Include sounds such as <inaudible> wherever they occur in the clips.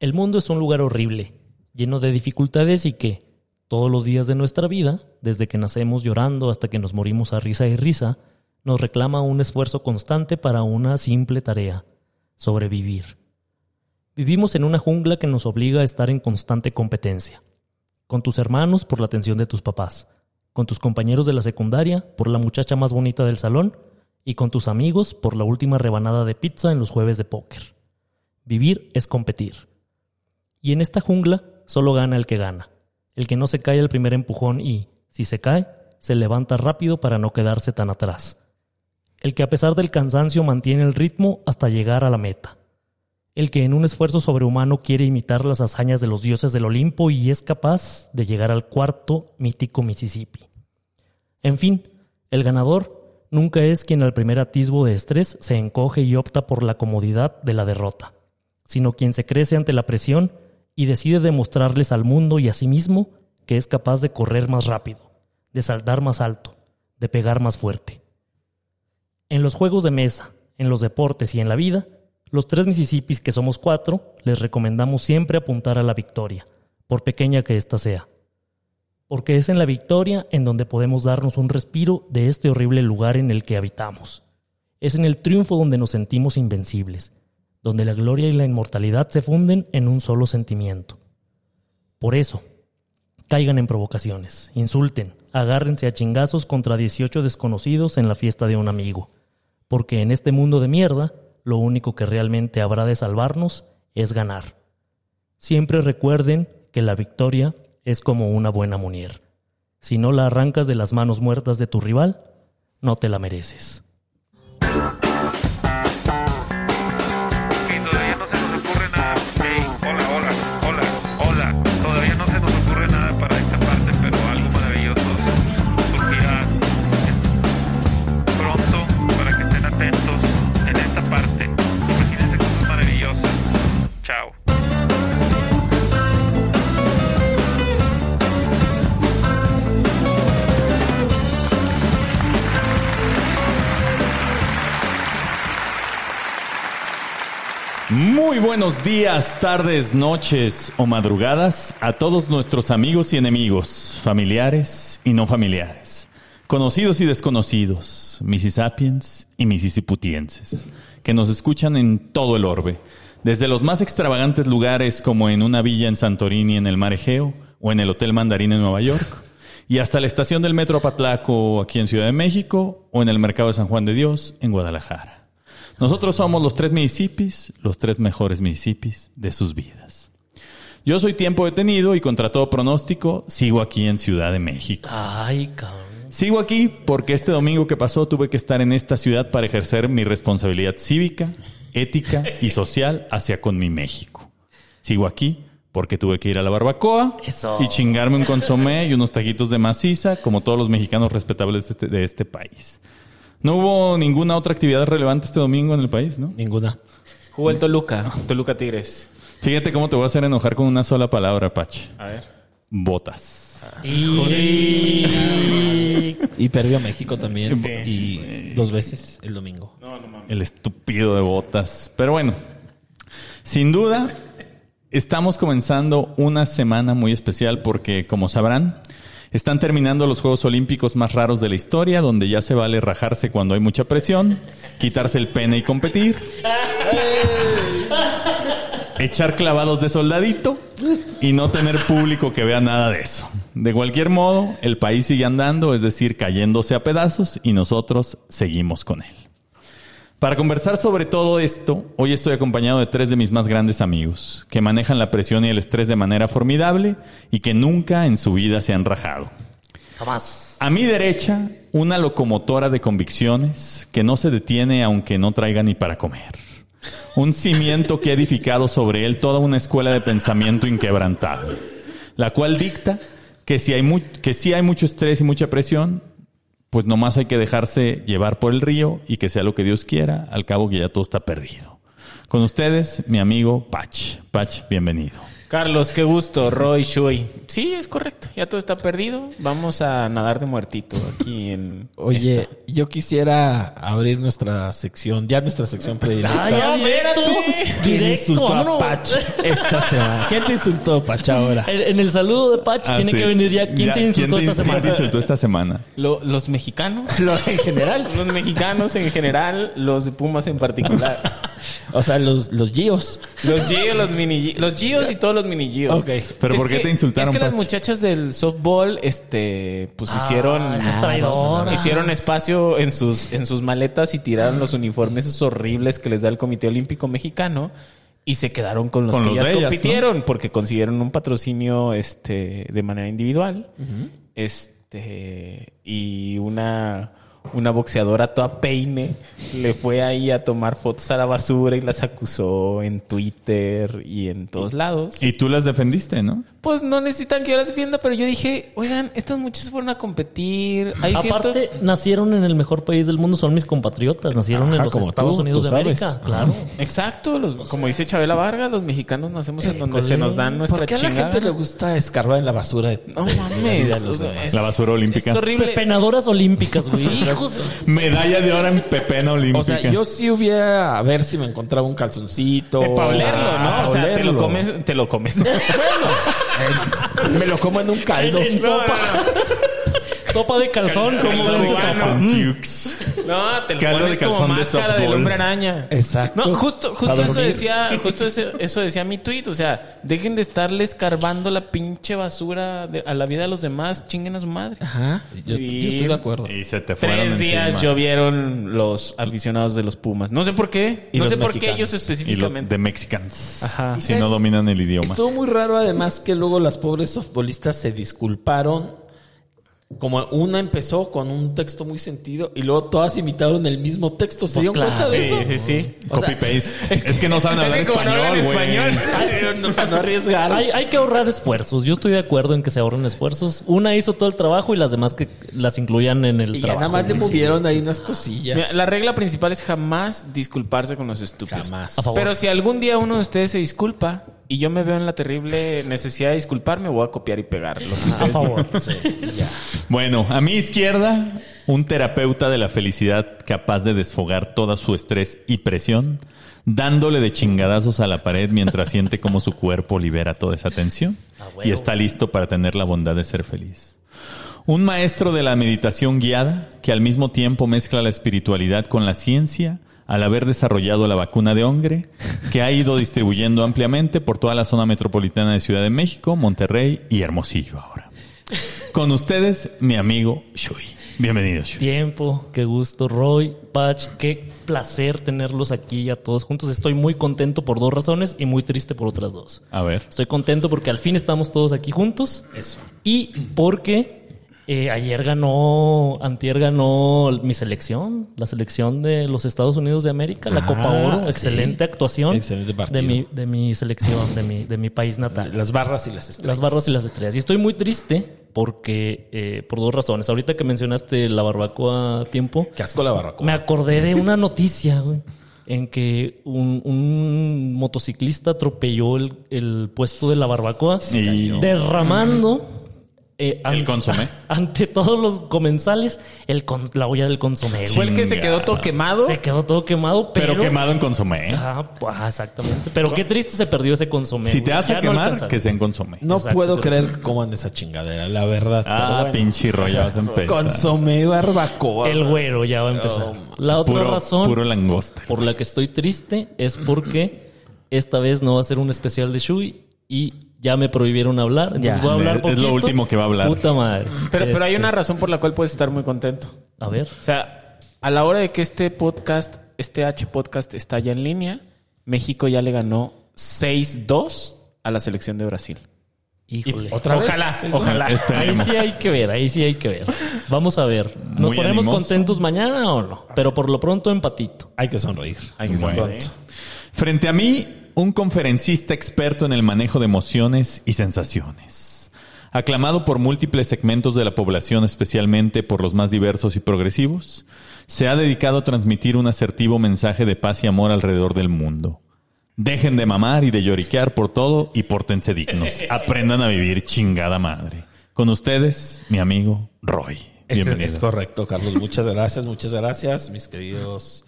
El mundo es un lugar horrible, lleno de dificultades y que, todos los días de nuestra vida, desde que nacemos llorando hasta que nos morimos a risa y risa, nos reclama un esfuerzo constante para una simple tarea, sobrevivir. Vivimos en una jungla que nos obliga a estar en constante competencia, con tus hermanos por la atención de tus papás, con tus compañeros de la secundaria por la muchacha más bonita del salón y con tus amigos por la última rebanada de pizza en los jueves de póker. Vivir es competir. Y en esta jungla solo gana el que gana el que no se cae al primer empujón y, si se cae, se levanta rápido para no quedarse tan atrás. El que a pesar del cansancio mantiene el ritmo hasta llegar a la meta. El que en un esfuerzo sobrehumano quiere imitar las hazañas de los dioses del Olimpo y es capaz de llegar al cuarto mítico Mississippi. En fin, el ganador nunca es quien al primer atisbo de estrés se encoge y opta por la comodidad de la derrota, sino quien se crece ante la presión y decide demostrarles al mundo y a sí mismo que es capaz de correr más rápido, de saltar más alto, de pegar más fuerte. En los juegos de mesa, en los deportes y en la vida, los tres Mississippis que somos cuatro les recomendamos siempre apuntar a la victoria, por pequeña que ésta sea. Porque es en la victoria en donde podemos darnos un respiro de este horrible lugar en el que habitamos. Es en el triunfo donde nos sentimos invencibles, donde la gloria y la inmortalidad se funden en un solo sentimiento. Por eso, caigan en provocaciones, insulten, agárrense a chingazos contra 18 desconocidos en la fiesta de un amigo, porque en este mundo de mierda, lo único que realmente habrá de salvarnos es ganar. Siempre recuerden que la victoria es como una buena munier. Si no la arrancas de las manos muertas de tu rival, no te la mereces. Muy buenos días, tardes, noches o madrugadas a todos nuestros amigos y enemigos, familiares y no familiares, conocidos y desconocidos, Mississippians y Mississiputienses, que nos escuchan en todo el orbe, desde los más extravagantes lugares como en una villa en Santorini en el Mar Egeo o en el Hotel Mandarín en Nueva York, y hasta la estación del Metro Apatlaco aquí en Ciudad de México o en el Mercado de San Juan de Dios en Guadalajara. Nosotros somos los tres municipios, los tres mejores municipios de sus vidas. Yo soy tiempo detenido y contra todo pronóstico sigo aquí en Ciudad de México. Ay, cabrón. Sigo aquí porque este domingo que pasó tuve que estar en esta ciudad para ejercer mi responsabilidad cívica, ética y social hacia con mi México. Sigo aquí porque tuve que ir a la barbacoa Eso. y chingarme un consomé y unos taquitos de maciza como todos los mexicanos respetables de este- de este país. No hubo ninguna otra actividad relevante este domingo en el país, ¿no? Ninguna. Jugó el Toluca, Toluca Tigres. Fíjate cómo te voy a hacer enojar con una sola palabra, Pach. A ver. Botas. Y... Y perdió a México también. Y dos veces el domingo. El estúpido de botas. Pero bueno, sin duda, estamos comenzando una semana muy especial porque, como sabrán, están terminando los Juegos Olímpicos más raros de la historia, donde ya se vale rajarse cuando hay mucha presión, quitarse el pene y competir, echar clavados de soldadito y no tener público que vea nada de eso. De cualquier modo, el país sigue andando, es decir, cayéndose a pedazos y nosotros seguimos con él. Para conversar sobre todo esto, hoy estoy acompañado de tres de mis más grandes amigos, que manejan la presión y el estrés de manera formidable y que nunca en su vida se han rajado. Jamás. A mi derecha, una locomotora de convicciones que no se detiene aunque no traiga ni para comer. Un cimiento que ha edificado sobre él toda una escuela de pensamiento inquebrantable, la cual dicta que si hay, mu- que si hay mucho estrés y mucha presión, pues nomás hay que dejarse llevar por el río y que sea lo que Dios quiera, al cabo que ya todo está perdido. Con ustedes, mi amigo Pach. Pach, bienvenido. Carlos, qué gusto. Roy Shui. Sí, es correcto. Ya todo está perdido. Vamos a nadar de muertito aquí en. Oye, yo quisiera abrir nuestra sección, ya nuestra sección predilecta. ya directo, ¿Quién directo, insultó a vámonos. Pach esta semana? ¿Quién te insultó, Pach, ahora? En, en el saludo de Patch Ah, tiene sí. que venir ya quién te insultó quién esta quién te semana. insultó esta semana? Lo- los mexicanos. Lo en general. Los mexicanos en general, los de Pumas en particular. O sea, los, los Gios. Los Gios, los mini Gios, los Gios y todos los mini Gios. Ok. ¿Pero Es por qué que- te insultaron, Es que las Pach? muchachas del softball, este, pues hicieron. Ah, esas Ah, traidoras. Hicieron espacio en sus, en sus maletas y tiraron los uniformes esos horribles que les da el Comité Olímpico Mexicano y se quedaron con los Con que los ellas de ellas, compitieron porque consiguieron un patrocinio este, de manera individual. Este y una una boxeadora toda peine le fue ahí a tomar fotos a la basura y las acusó en Twitter y en todos lados. Y tú las defendiste, ¿no? Pues no necesitan que yo las defienda, pero yo dije, oigan, estas muchachas fueron a competir. Hay cierto- Aparte, nacieron en el mejor país del mundo, son mis compatriotas, nacieron en Ajá, los como Estados tú, Unidos tú de sabes. América, Ajá. claro. Exacto, los- como dice Chabela Vargas, los mexicanos nacemos en donde se nos dan nuestra eh, ¿Por qué a la chingada. gente le gusta escarbar en la basura? de- No de- de la vida de mames. los o sea, demás? es, La basura olímpica. es horrible. Penadoras olímpicas, güey. <laughs> Hijos de- Medalla de oro en pepena olímpica. O sea, yo sí hubiera a ver si me encontraba un calzoncito. Eh, pa' olerlo, Ah, ¿no? O sea, te lo olerlo. comes, te lo comes. Me lo como en un caldo. En- en sopa. Sopa de calzón, como Calzón de de calzón. calzón. <laughs> Mm. No, te lo Caldo pones de calzón como de máscara softball. del hombre araña. Exacto. No, justo, justo Para eso dormir. decía, justo ese- eso decía mi tweet. O sea, dejen de estarle escarbando la pinche basura de- a la vida de los demás, chinguen a su madre. Ajá. Yo, yo estoy de acuerdo. Y se te fueron Tres días encima. llovieron los aficionados de los Pumas. No sé por qué. Y no los sé por qué mexicanos. ellos Y los específicamente. de Mexicans. Ajá. Si no dominan el idioma. Estuvo muy raro además que luego las pobres softbolistas se disculparon. Como una empezó con un texto muy sentido y luego todas imitaron el mismo texto. ¿Se Pues dieron claro. cuenta de eso? Sí, sí, sí. O Copy sea, <laughs> paste. Es que, no saben hablar Es que como no español, hablan güey. español. No, para no arriesgar. Hay, hay que ahorrar esfuerzos. Yo estoy de acuerdo en que se ahorren esfuerzos. Una hizo todo el trabajo y las demás que las incluyan en el y ya trabajo. nada más le güey. movieron ahí unas Mira, cosillas. la regla principal es jamás disculparse con los estúpidos. Jamás. A favor. Pero si algún día uno de ustedes se disculpa y yo me veo en la terrible necesidad de disculparme, voy a copiar y pegar lo que A ustedes favor. <laughs> Bueno, a mi izquierda, un terapeuta de la felicidad capaz de desfogar todo su estrés y presión, dándole de chingadazos a la pared mientras siente cómo su cuerpo libera toda esa tensión y está listo para tener la bondad de ser feliz. Un maestro de la meditación guiada que al mismo tiempo mezcla la espiritualidad con la ciencia al haber desarrollado la vacuna de Hongre que ha ido distribuyendo ampliamente por toda la zona metropolitana de Ciudad de México, Monterrey y Hermosillo ahora. Con ustedes, mi amigo Shui. Bienvenido, Shui. Tiempo, qué gusto, Roy, Patch, qué placer tenerlos aquí a todos juntos. Estoy muy contento por dos razones y muy triste por otras dos. A ver. Estoy contento porque al fin estamos todos aquí juntos. Eso. Y porque eh, ayer ganó, antier ganó mi selección, la selección de los Estados Unidos de América, la Ah, Copa Oro. sí. Excelente actuación Excelente partido. de mi, de mi selección, de mi, de mi país natal. Las barras y las estrellas. Las barras y las estrellas. Y estoy muy triste porque, eh, por dos razones. Ahorita que mencionaste la barbacoa a tiempo, Qué asco la barbacoa. me acordé de una noticia, güey, en que un, un motociclista atropelló el, el puesto de la barbacoa, Sí. derramando eh, El an- consomé. <laughs> ante todos los comensales el con- la olla del consomé. güey. Fue el que se quedó todo quemado. Se quedó todo quemado, pero, Pero, quemado en consomé. ¿eh? Ajá, pues, ajá, exactamente. Pero qué triste se perdió ese consomé. Si te güey. hace Ya no quemar, alcanzaron. que sea en consomé. No Exacto. puedo creer que coman esa chingadera, la verdad. Ah, pinche rollo, vas a empezar. Consomé barbacoa. El güero ya va a empezar. La otra Oh, puro, razón puro langosta. por la que estoy triste es porque esta vez no va a ser un especial de Shui y ya me prohibieron hablar. Entonces Ya. voy a hablar Es lo poquito. último que va a hablar. Puta madre. Pero, pero hay Este, una razón por la cual puedes estar muy contento. A ver. O sea, a la hora de que este podcast, este H podcast está ya en línea, México ya le ganó 6-2 a la selección de Brasil. Híjole. ¿Otra vez? Ojalá, Sí, sí. <laughs> ojalá. Ahí Esperemos. sí hay que ver, ahí sí hay que ver. Vamos a ver. ¿Nos Muy ponemos animoso. contentos mañana o no? Pero por lo pronto empatito. Hay que sonreír. Hay que Bueno. sonreír. Frente a mí, un conferencista experto en el manejo de emociones y sensaciones. Aclamado por múltiples segmentos de la población, especialmente por los más diversos y progresivos, se ha dedicado a transmitir un asertivo mensaje de paz y amor alrededor del mundo. Dejen de mamar y de lloriquear por todo y pórtense <laughs> dignos. Aprendan a vivir chingada madre. Con ustedes, mi amigo Roy. Este Bienvenido. es correcto, Carlos. Muchas gracias, muchas gracias, mis queridos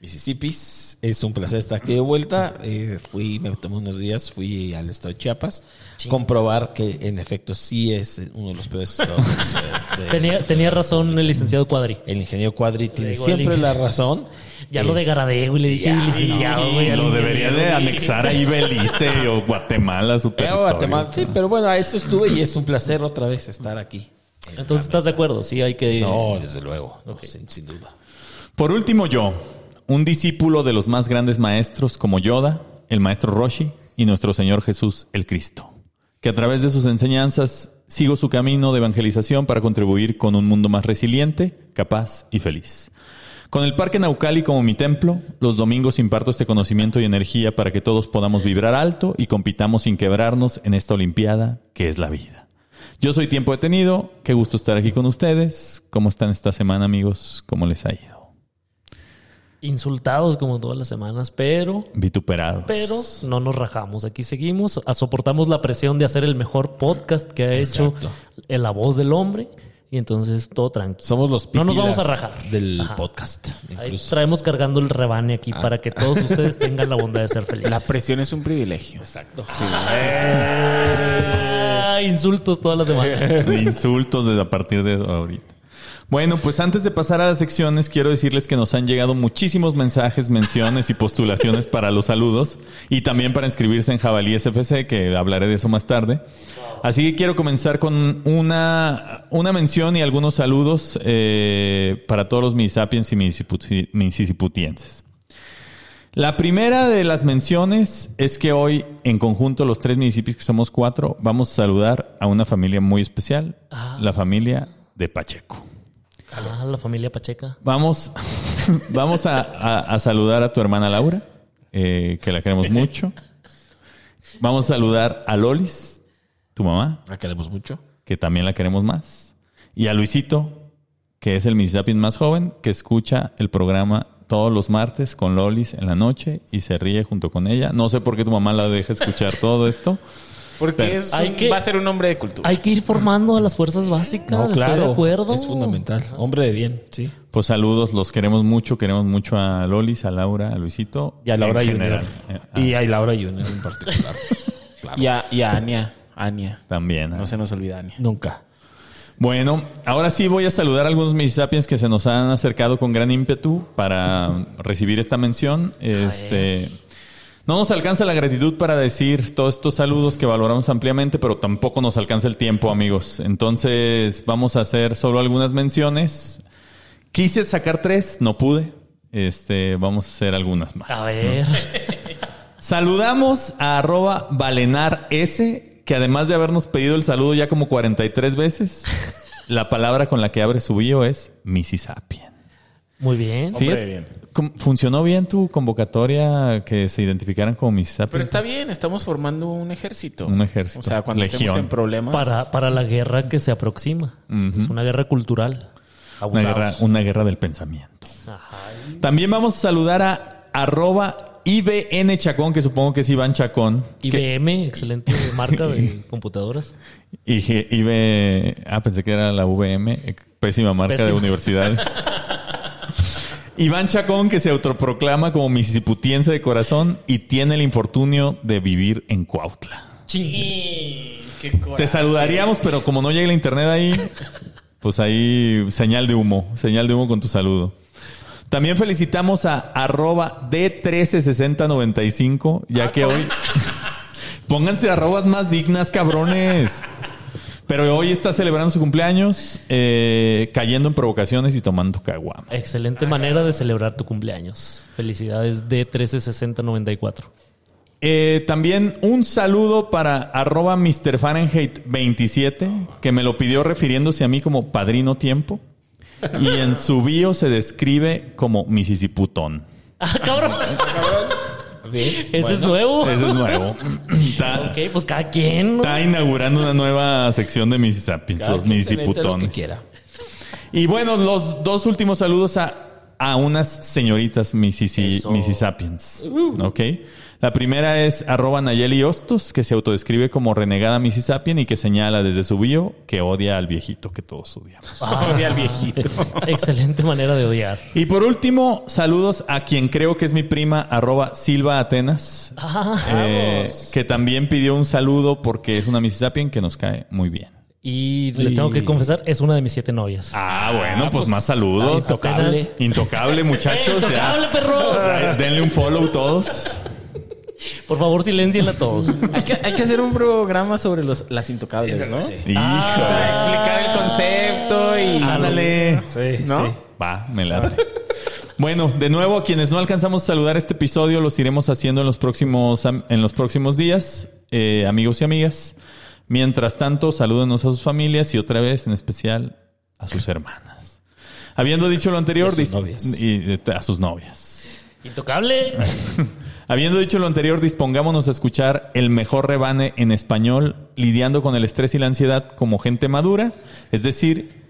Mississippis. Es un placer estar aquí de vuelta. Eh, fui, me tomé unos días, fui al estado de Chiapas, comprobar que en efecto sí es uno de los peores estados. <laughs> de- de- Tenía, tenía razón el licenciado Cuadri. el ingeniero Cuadri tiene digo, el siempre la ingeniero. razón. Ya lo de Garadeo, y le dije, licenciado, güey. Y lo al- debería de al- anexar ahí Belice o Guatemala, su Eh, territorio. Guatemala, sí, pero bueno, a eso estuve y es un placer otra vez estar aquí. Entonces, ¿estás de acuerdo? Sí, hay que... No, desde luego, no, sin, sin duda. Por último, yo, un discípulo de los más grandes maestros como Yoda, el maestro Roshi y nuestro Señor Jesús el Cristo, que a través de sus enseñanzas sigo su camino de evangelización para contribuir con un mundo más resiliente, capaz y feliz. Con el Parque Naucali como mi templo, los domingos imparto este conocimiento y energía para que todos podamos vibrar alto y compitamos sin quebrarnos en esta Olimpiada que es la vida. Yo soy Tiempo Detenido, qué gusto estar aquí con ustedes. ¿Cómo están esta semana amigos? ¿Cómo les ha ido? Insultados como todas las semanas, pero... Vituperados. Pero Pues- no nos rajamos, aquí seguimos, a- soportamos la presión de hacer el mejor podcast que ha Exacto. hecho en la voz del hombre y entonces todo tranquilo. <laughs> Somos los No nos vamos a piquilas rajar. del Ajá. podcast. Ahí Incluso. Ah. traemos cargando el rebane aquí para que todos ustedes tengan la bondad de ser felices. La presión es un privilegio. Exacto. Ah, insultos todas las semanas. Insultos desde a partir de ahorita. Bueno, pues antes de pasar a las secciones, quiero decirles que nos han llegado muchísimos mensajes, menciones y postulaciones para los saludos y también para inscribirse en Jabalí SFC, que hablaré de eso más tarde. Así que quiero comenzar con una, una mención y algunos saludos eh, para todos los minisapiens y minisiput- minisiputienses. La primera de las menciones es que hoy, en conjunto, los tres municipios que somos cuatro, vamos a saludar a una familia muy especial, la familia de Pacheco. Ah, la familia Pacheca. Vamos, <laughs> vamos a, a- a saludar a tu hermana Laura, eh, que la queremos mucho. Vamos a saludar a Lolis, tu mamá, La queremos mucho. que también la queremos más. Y a Luisito, que es el Mississippi más joven, que escucha el programa todos los martes con Lolis en la noche y se ríe junto con ella. No sé por qué tu mamá la deja <laughs> escuchar todo esto. Porque es Hay un- que- va a ser un hombre de cultura. Hay que ir formando a las fuerzas básicas, estoy de acuerdo. Es fundamental. Hombre de bien, sí. Pues saludos, los queremos mucho. Queremos mucho a Lolis, a Laura, a Luisito. Y a Laura en Junior. general. Eh, ah, Y a Laura Junior <laughs> en particular. Y, a, y a Ania. Ania. También. No ah. se nos olvida Ania. Nunca. Bueno, ahora sí voy a saludar a algunos Mississippians que se nos han acercado con gran ímpetu para recibir esta mención. Este, no nos alcanza la gratitud para decir todos estos saludos que valoramos ampliamente, pero tampoco nos alcanza el tiempo, amigos. Entonces vamos a hacer solo algunas menciones. Quise sacar tres, no pude. Este, vamos a hacer algunas más. A ver, Saludamos a arroba Valenar S, que además de habernos pedido el saludo ya como 43 <laughs> veces, la palabra con la que abre su bio es Mississapien. muy bien. Hombre, Fíjate, bien. com- ¿Funcionó bien tu convocatoria que se identificaran como Pero Mississapien? está bien, estamos formando un ejército. Este Un ejército. O sea, cuando estemos Legión. en problemas. Para, para la guerra que se aproxima. Es una guerra cultural. Una guerra, Abusados. una guerra del pensamiento. Ajá. También vamos a saludar a arroba IBN Chacón, que supongo que es Iván Chacón. que- IBM, excelente marca de computadoras. Y G- IB, ah, pensé que era la VM, eh, pésima marca de Pésima. <laughs> universidades. Iván Chacón, que se autoproclama como misisiputiense de corazón y tiene el infortunio de vivir en Cuautla. Sí, qué coraje. Te saludaríamos, pero como no llega el internet ahí, pues ahí señal de humo, señal de humo con tu saludo. También felicitamos a arroba D136095, ya que hoy... <laughs> Pónganse arrobas más dignas, cabrones. Pero hoy está celebrando su cumpleaños, eh, cayendo en provocaciones y tomando caguama. Excelente manera de celebrar tu cumpleaños. Felicidades de 136094. Eh, también un saludo para arroba Mr. Fahrenheit27, que me lo pidió refiriéndose a mí como Padrino Tiempo. Y en su bio se describe como Misisiputón. <laughs> ¡Ah, cabrón! Bien. ¿Ese es nuevo? Ese es nuevo. Está, <laughs> Ok, pues cada quien. ¿no? está inaugurando una nueva sección de ah, Mississippi, los Lo que Missisiputones. quiera. Y bueno, los dos últimos saludos a, a unas señoritas Mississi, Eso. Uh. Mississapiens. Ok. La primera es arroba Nayeli Hostos, que se autodescribe como renegada Mississippian y que señala desde su bio que odia al viejito que todos odiamos. Odia al viejito. Excelente manera de odiar. Y por último, saludos a quien creo que es mi prima, arroba Silva Atenas, eh, que también pidió un saludo porque es una Mississippian que nos cae muy bien. Y les tengo que confesar, es una de mis siete novias. Ah, bueno, pues, más saludos. Intocable. Apenas- Intocable, ¡Eh, muchachos. <laughs> ¡Intocable, ya. perros! O <laughs> sea, Denle un follow todos. Por favor, silencienla a todos. hay, que, hay que hacer un programa sobre los, las intocables, ¿no? Híjole. O sea, explicar el concepto y. Ándale. Sí, ¿No? sí. Va, me late. Bueno, de nuevo, a quienes no alcanzamos a saludar este episodio, los iremos haciendo en los próximos, en los próximos días, eh, amigos y amigas. Mientras tanto, salúdenos a sus familias y otra vez, en especial, a sus hermanas. Habiendo dicho lo anterior, Y a sus dis- novias. y, eh, a sus novias. Intocable. Habiendo dicho lo anterior, dispongámonos a escuchar el mejor rebane en español, lidiando con el estrés y la ansiedad como gente madura, es decir,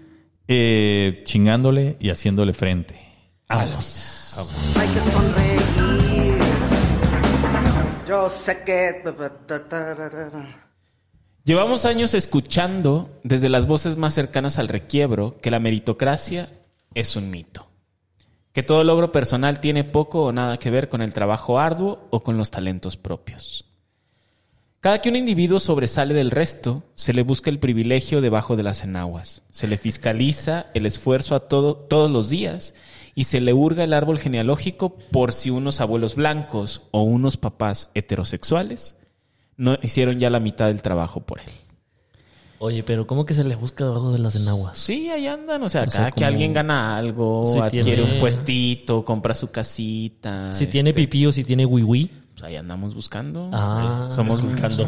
eh, chingándole y haciéndole frente. Vamos. hay que sonreír. Yo sé que... Llevamos años escuchando desde las voces más cercanas al requiebro que la meritocracia es un mito. Que todo logro personal tiene poco o nada que ver con el trabajo arduo o con los talentos propios. Cada que un individuo sobresale del resto, se le busca el privilegio debajo de las enaguas, se le fiscaliza el esfuerzo a todo, todos los días y se le hurga el árbol genealógico por si unos abuelos blancos o unos papás heterosexuales no hicieron ya la mitad del trabajo por él. Oye, pero ¿cómo que se le busca debajo de las enaguas? Pues Sí, ahí andan. O sea, O sea, cada que como- alguien gana algo, Sí, adquiere tiene- un puestito, compra su casita. este, Si tiene Este. pipí o si tiene wiwi. Pues ahí andamos buscando. Ah, somos buscando.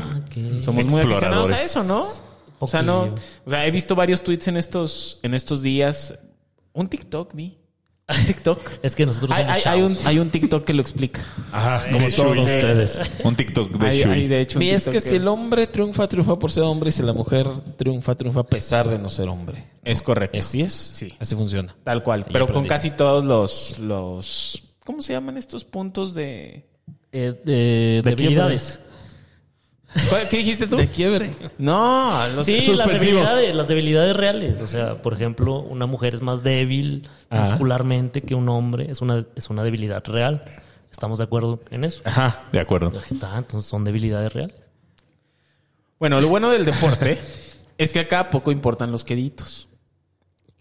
Somos muy aficionados a Exploradores. eso, ¿no? O sea, no. Poquillo. O sea, he visto varios tweets en estos, en estos días. Un TikTok, <laughs> vi. Un TikTok. Es que nosotros hay, somos hay- hay un, chavos. hay un TikTok que lo explica. Ajá, como todos ustedes. Un TikTok de Hay, Shui. hay, de hecho, un Y es TikTok que si el hombre triunfa, triunfa por ser hombre. Y si la mujer triunfa, triunfa a pesar de no ser hombre. Es correcto. Así es. Sí. Así funciona. Tal cual. Pero con aprendí. casi todos los, los... ¿Cómo se llaman estos puntos de...? Eh, eh, debilidades. ¿Cuál- ¿Qué <laughs> dijiste tú? De quiebre. No, los Sí, las suspensivos. debilidades, las debilidades reales. O sea, por ejemplo, una mujer es más débil Ajá. muscularmente que un hombre. Es una, es una debilidad real. ¿Estamos de acuerdo en eso? Ah. Ajá. De acuerdo. Ahí está, entonces son debilidades reales. Bueno, lo bueno del deporte <laughs> es que acá poco importan los queditos.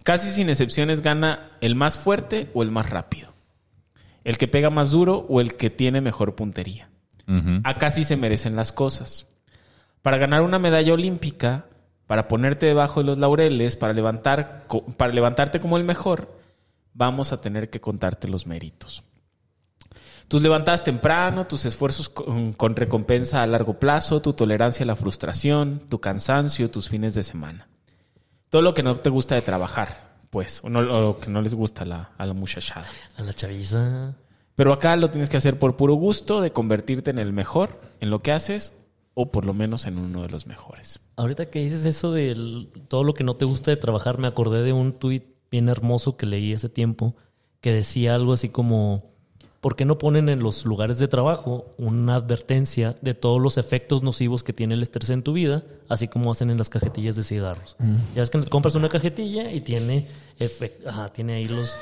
Casi sin excepciones gana el más fuerte o el más rápido. El que pega más duro o el que tiene mejor puntería. Ujú. Ah, Acá sí se merecen las cosas. Para ganar una medalla olímpica, para ponerte debajo de los laureles, para, levantar, co- para levantarte como el mejor, vamos a tener que contarte los méritos. Tus levantadas temprano, tus esfuerzos con, con recompensa a largo plazo, tu tolerancia a la frustración, tu cansancio, tus fines de semana. Todo lo que no te gusta de trabajar, pues, o, no, o lo que no les gusta a la- a la muchachada. A la chaviza. Pero acá lo tienes que hacer por puro gusto de convertirte en el mejor en lo que haces o por lo menos en uno de los mejores. Ahorita que dices eso de todo lo que no te gusta de trabajar, me acordé de un tuit bien hermoso que leí hace tiempo que decía algo así como, ¿por qué no ponen en los lugares de trabajo una advertencia de todos los efectos nocivos que tiene el estrés en tu vida, así como hacen en las cajetillas de cigarros? Mm. Ya ves que compras una cajetilla y tiene, efect- ajá, tiene ahí los...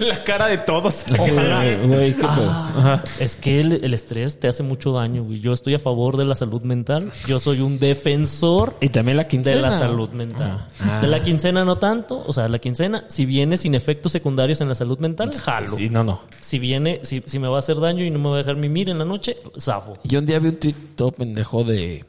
La cara de todos. Güey, güey, <clears throat> Ah. qué pedo. Es que el, el estrés te hace mucho daño, güey. Yo estoy a favor de la salud mental. Yo soy un defensor Y también la quincena. Ah. de la salud mental. De la quincena no tanto, o sea, la quincena, si viene sin efectos secundarios en la salud mental, jalo. Ah, Sí, no, no. Si viene, si, si me va a hacer daño y no me va a dejar mimir en la noche, zafo. Yo un día vi un tweet todo pendejo de.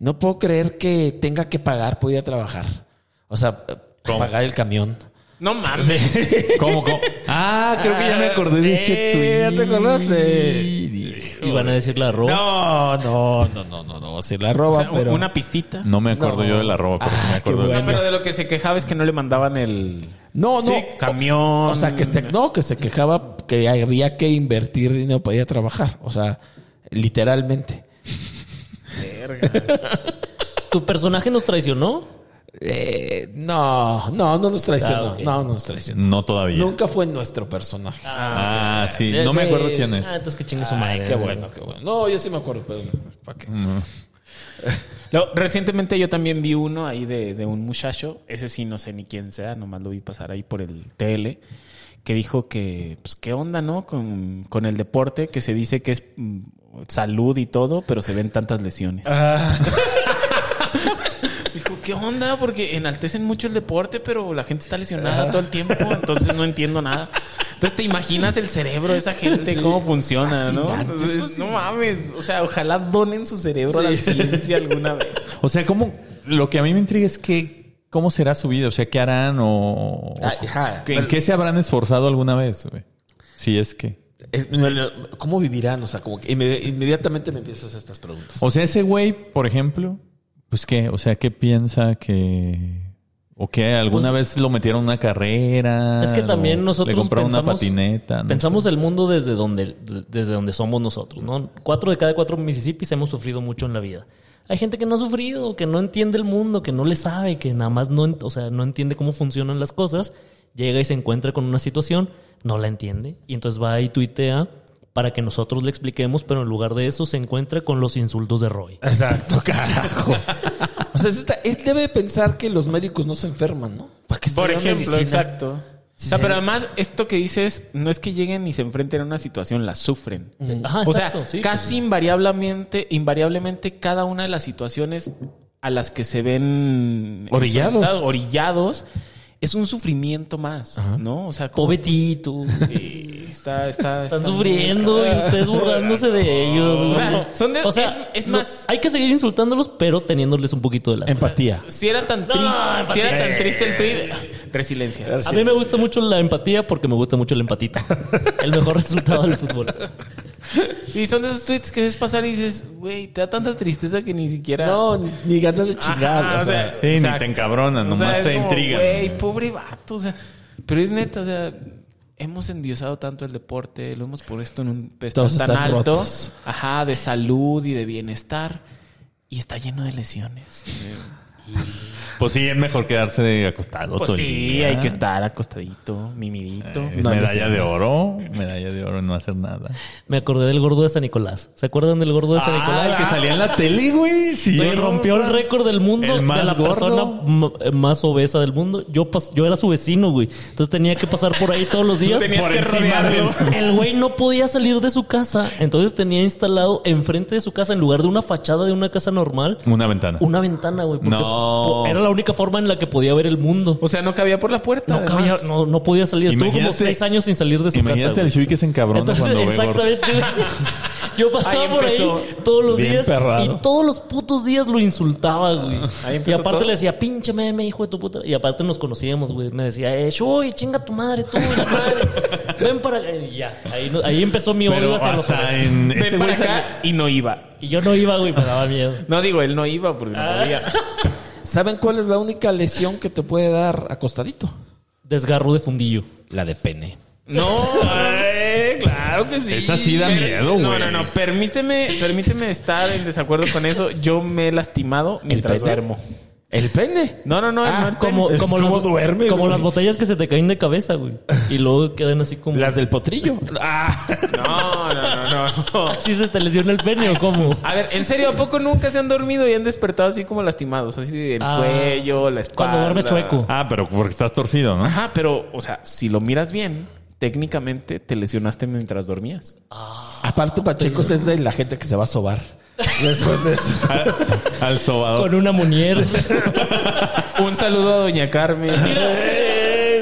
No puedo creer que tenga que pagar por ir a trabajar. O sea, pagar el camión. No mames. ¿Cómo, cómo? Ah, creo que ya me acordé de ese Eh, tweet. ¿ya te acordaste? Y van a decir la ropa. No, no, no, no, no, no. Se la roba, O sea, pero. Una pistita. Ah, No me acuerdo No. yo de la ropa, pero sí me Ah, acuerdo qué del- No, pero de lo que se quejaba es que no le mandaban el No, no. Sí, camión. O sea, que este- se, no, que se quejaba que había que invertir dinero para ir a trabajar. O sea, literalmente. ¿Tu personaje nos traicionó? Eh, no, no, no nos traicionó. Ah, ok. No, no nos traicionó. No todavía. Nunca fue nuestro personaje. Ah, sí, no me acuerdo quién es. Ah, entonces que chingue su Ay, madre. qué bueno, qué bueno. No, yo sí me acuerdo, pero no, ¿para qué? Luego, recientemente yo también vi uno ahí de, de un muchacho, ese sí no sé ni quién sea, nomás lo vi pasar ahí por el tele, que dijo que, pues, ¿qué onda, no? Con, con el deporte, que se dice que es mm, salud y todo, pero se ven tantas lesiones. <laughs> dijo, ¿qué onda? Porque enaltecen mucho el deporte, pero la gente está lesionada todo el tiempo, entonces no entiendo nada. Entonces te imaginas el cerebro de esa gente, cómo funciona, ¿no? Entonces, pues, no mames, o sea, ojalá donen su cerebro a la ciencia alguna vez. O sea, ¿cómo, lo que a mí me intriga es que, ¿cómo será su vida? O sea, ¿qué harán o, o- Ajá, ¿en qué se habrán esforzado alguna vez? güey? Si es que... Es- no, no, ¿Cómo vivirán? O sea, como que inmedi- inmediatamente me empiezo a hacer estas preguntas. O sea, ese güey, por ejemplo, pues qué, o sea, ¿qué piensa que... ¿O qué? ¿Alguna vez lo metieron a una carrera? Pues Es que también ¿O nosotros Le compraron una pensamos- patineta. No Pensamos el mundo desde donde, desde donde somos nosotros, ¿no? Cuatro de cada cuatro Mississippis hemos sufrido mucho en la vida. Hay gente que no ha sufrido, que no entiende el mundo, que no le sabe, que nada más no, ent- o sea, no entiende cómo funcionan las cosas. Llega y se encuentra con una situación, no la entiende. Y entonces va y tuitea para que nosotros le expliquemos, pero en lugar de eso se encuentra con los insultos de Roy. <laughs> Exacto, carajo. o sea, es esta- él debe pensar que los médicos no se enferman, ¿no? ¿Para qué Por estudian ejemplo, medicina? exacto. O sea, pero además, esto que dices, no es que lleguen y se enfrenten a una situación, la sufren. Ajá, o sea, Ah, exacto, sí. casi invariablemente, invariablemente cada una de las situaciones a las que se ven Orillados. enfrentados, orillados, es un sufrimiento más, ¿no? O sea, como- Pobetito, Sí, está, está, están está sufriendo muy- y ustedes burlándose de ellos. güey. O sea, son de- O sea, es- es no- más- hay que seguir insultándolos, pero teniéndoles un poquito de lástima. Empatía. Si era tan triste, si era tan triste el tweet, resiliencia. Eh. A mí me gusta mucho la empatía porque me gusta mucho el empatito. El mejor resultado del fútbol. Y son de esos tweets que ves pasar y dices, güey, te da tanta tristeza que ni siquiera. No, ni- ni ganas de chingar. Ajá, o sea, sí, ni te encabronan, nomás es te como, intrigan. Güey, pobre vato, o sea, pero es neta, o sea, hemos endiosado tanto el deporte, lo hemos puesto en un pedestal Todos tan están alto, rotos. ajá, de salud y de bienestar y está lleno de lesiones. Pues sí, es mejor quedarse de acostado. Pues todo el sí, día. Eh, hay que estar acostadito, mimidito. Es No hay medalla de lesiones. oro, medalla de oro en no hacer nada. Me acordé del gordo de San Nicolás. ¿Se acuerdan del gordo de San Ah, el Nicolás? que salía en la tele, güey. Sí. Güey, rompió el récord del mundo El más de la gordo. persona m- eh, más obesa del mundo. Yo, pas- yo era su vecino, güey. Entonces tenía que pasar por ahí todos los días. Tenías Por que encima rodearlo. El güey no podía salir de su casa. Entonces tenía instalado enfrente de su casa, en lugar de una fachada de una casa normal, Una ventana. una ventana, güey. porque No. po- Era la única forma en la que podía ver el mundo. O sea, no cabía por la puerta. No, cabía, además. no, no podía salir. Estuvo como Imagínate- seis años sin salir de su Imagínate casa. al güey. Shui que se encabrona Entonces, cuando ve gordos. exactamente. güey. Yo pasaba Ahí por ahí empezó. todos los Bien días perrado. y todos los putos días lo insultaba, güey. Ahí Y empezó aparte todo. le decía, pinche meme, hijo de tu puta. Y aparte nos conocíamos, güey. Me decía, eh, Shui, chinga tu madre, tú, y la madre. Ven para acá. Y ya, ahí, no- ahí empezó mi odio Pero hacia los hasta hombres. en Ven ese para güey acá y no iba. Y yo no iba, güey, me daba miedo. No digo, él no iba porque no podía. ¿Saben cuál es la única lesión que te puede dar acostadito? Desgarro de fundillo. La de pene. No, eh, claro que sí. Esa sí da Per- miedo, güey. No, no, no. Permíteme, permíteme estar en desacuerdo con eso. Yo me he lastimado mientras pene? duermo. ¿El pene? No, no, no. Ah, no el Como, pene. como, ¿cómo las, duermes, como güey? las botellas que se te caen de cabeza, güey. Y luego quedan así como... Las del potrillo. No, no, no, no. ¿Sí se te lesiona el pene o cómo? A ver, en serio, ¿a poco nunca se han dormido y han despertado así como lastimados? Así del Ah, cuello, la espalda. Cuando duermes chueco. Ah, pero porque estás <laughs> torcido, ¿no? Ajá, pero, o sea, si lo miras bien, técnicamente te lesionaste mientras dormías. Aparte, Pacheco es de la gente que se va a sobar. Después de eso. Al sobador. Con una muñeca. Un saludo a Doña Carmen. <laughs>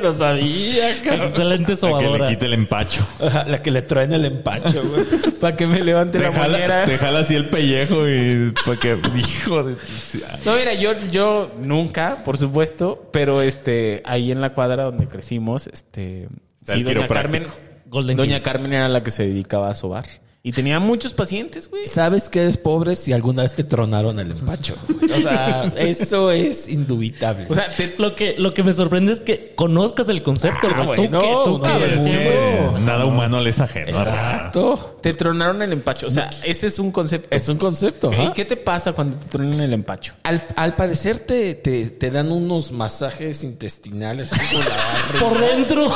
Lo sabía, Excelente Para que le sobadora. quite el empacho. <laughs> La que le truena el empacho, güey. Para que me levante Te la jala, mañana. te jala así el pellejo y para que. Hijo de. No, mira, yo, yo nunca, por supuesto, pero este, ahí en la cuadra donde crecimos, este, Está sí, el doña quiropráctico. Carmen, Golden doña Hill. Carmen era la que se dedicaba a sobar. Y tenía muchos pacientes, güey. Sabes que eres pobre si alguna vez te tronaron el empacho. güey. O sea, eso es indubitable. O sea, te- Lo que, lo que me sorprende es que conozcas el concepto. Ah, güey. ¿Tú bueno, qué? ¿Tú una qué? vez. Sí, güey. Eh, nada humano le es ajeno. ¿verdad? Exacto. te tronaron el empacho. O sea, ese es un concepto. Es un concepto. ¿Y ajá. qué te pasa cuando te tronan el empacho? Al, al parecer te, te, te dan unos masajes intestinales. así con la barriga. Por <laughs> dentro.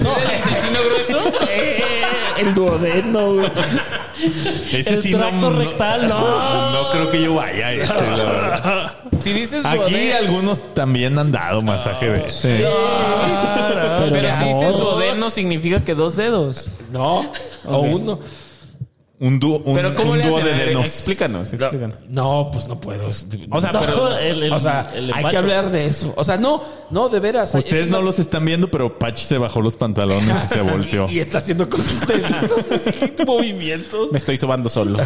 No, el duodeno, güey. Ese El sí no- tracto no- rectal, no. <laughs> No creo que yo vaya a ese, la verdad. Si dices Aquí duodeno- algunos también han dado masaje de ese. Pero, Pero ya si dices no. duodeno significa que dos dedos. no, o uno. Un dúo, un, Pero ¿cómo un le dúo hacen? A de ver, dedos. Explícanos, explícanos. No, pues no puedo. O sea, No, pero- el- el- o sea, el hay que empacho. hablar de eso. O sea, no, no, de veras. hay- Ustedes es no una- los están viendo, pero Pachi se bajó los pantalones y se volteó. Y está haciendo con sus deditos así, movimientos. Me estoy sobando solo.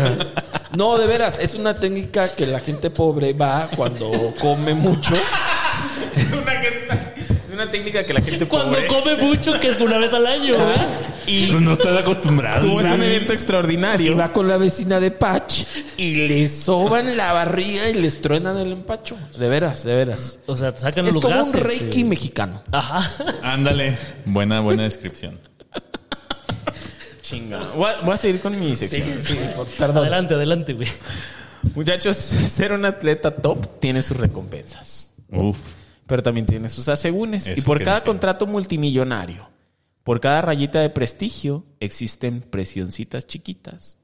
No, de veras, es una técnica que la gente pobre va cuando come mucho. es, una, es una técnica que la gente Cuando pobre- come mucho, que es una vez al año, güey. y Pues No estás acostumbrado. como es un ¿sabes? evento Y extraordinario. va con la vecina de Patch y le soban la barriga y les truenan el empacho. De veras, de veras. O sea, te sacan Es los como gases. un reiki güey. mexicano. Ajá. Ándale. Buena, buena descripción. Chinga. Voy a, voy a seguir con mi sección. <laughs> Perdón. Adelante, adelante, güey. Muchachos, <laughs> ser un atleta top tiene sus recompensas, Uf. pero también tiene sus asegúnes. Eso y por que cada dije. contrato multimillonario, por cada rayita de prestigio, existen presioncitas chiquitas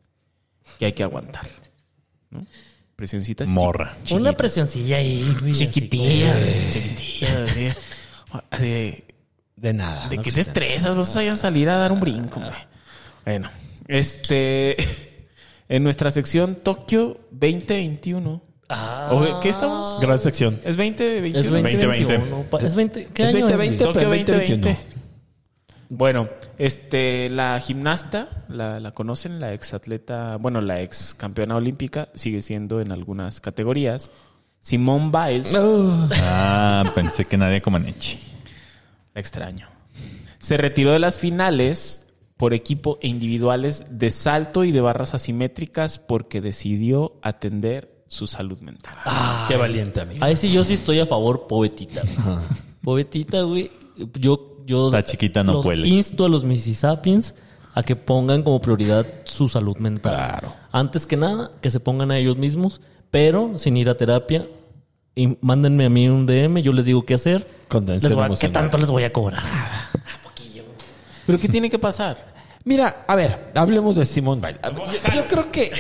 que hay que aguantar. ¿no? Presioncitas chi- Morra. Una presioncilla ahí, güey. así chiquitillas. Chiquitillas. así. Así de- De nada. ¿De Ah, ¿no? qué te estresas? Vas a salir a dar un brinco, güey. Bueno, este. <laughs> En nuestra sección Tokio 2021. como- Ah. ¿O ¿Qué estamos? Gran sección. Es 2021. Es 2020. 2021. Es 20. ¿Qué Es año 2020. es, Tokio pero 2020. 2021. Bueno, este, la gimnasta, la, la conocen, la ex atleta, bueno, la ex campeona olímpica, sigue siendo en algunas categorías. Simone Biles, Ah, pensé que nadie como Nechi. la extraño, se retiró de las finales por equipo e individuales de salto y de barras asimétricas porque decidió atender su salud mental. Qué valiente, amigo. Ahí sí yo sí estoy a favor, pobetita. güey. Pobetita, güey. Yo, yo. La chiquita no los puede. Insto a los Mississippians a que pongan como prioridad su salud mental. Claro. Antes que nada, que se pongan a ellos mismos, pero sin ir a terapia. Y mándenme a mí un DM, yo les digo qué hacer. Contención Les voy a- ¿Qué emocional. Ah, tanto les voy a cobrar? ¿Pero qué tiene que pasar? Mira, a ver, hablemos de Simone Biles. A ver, Yo, yo creo que.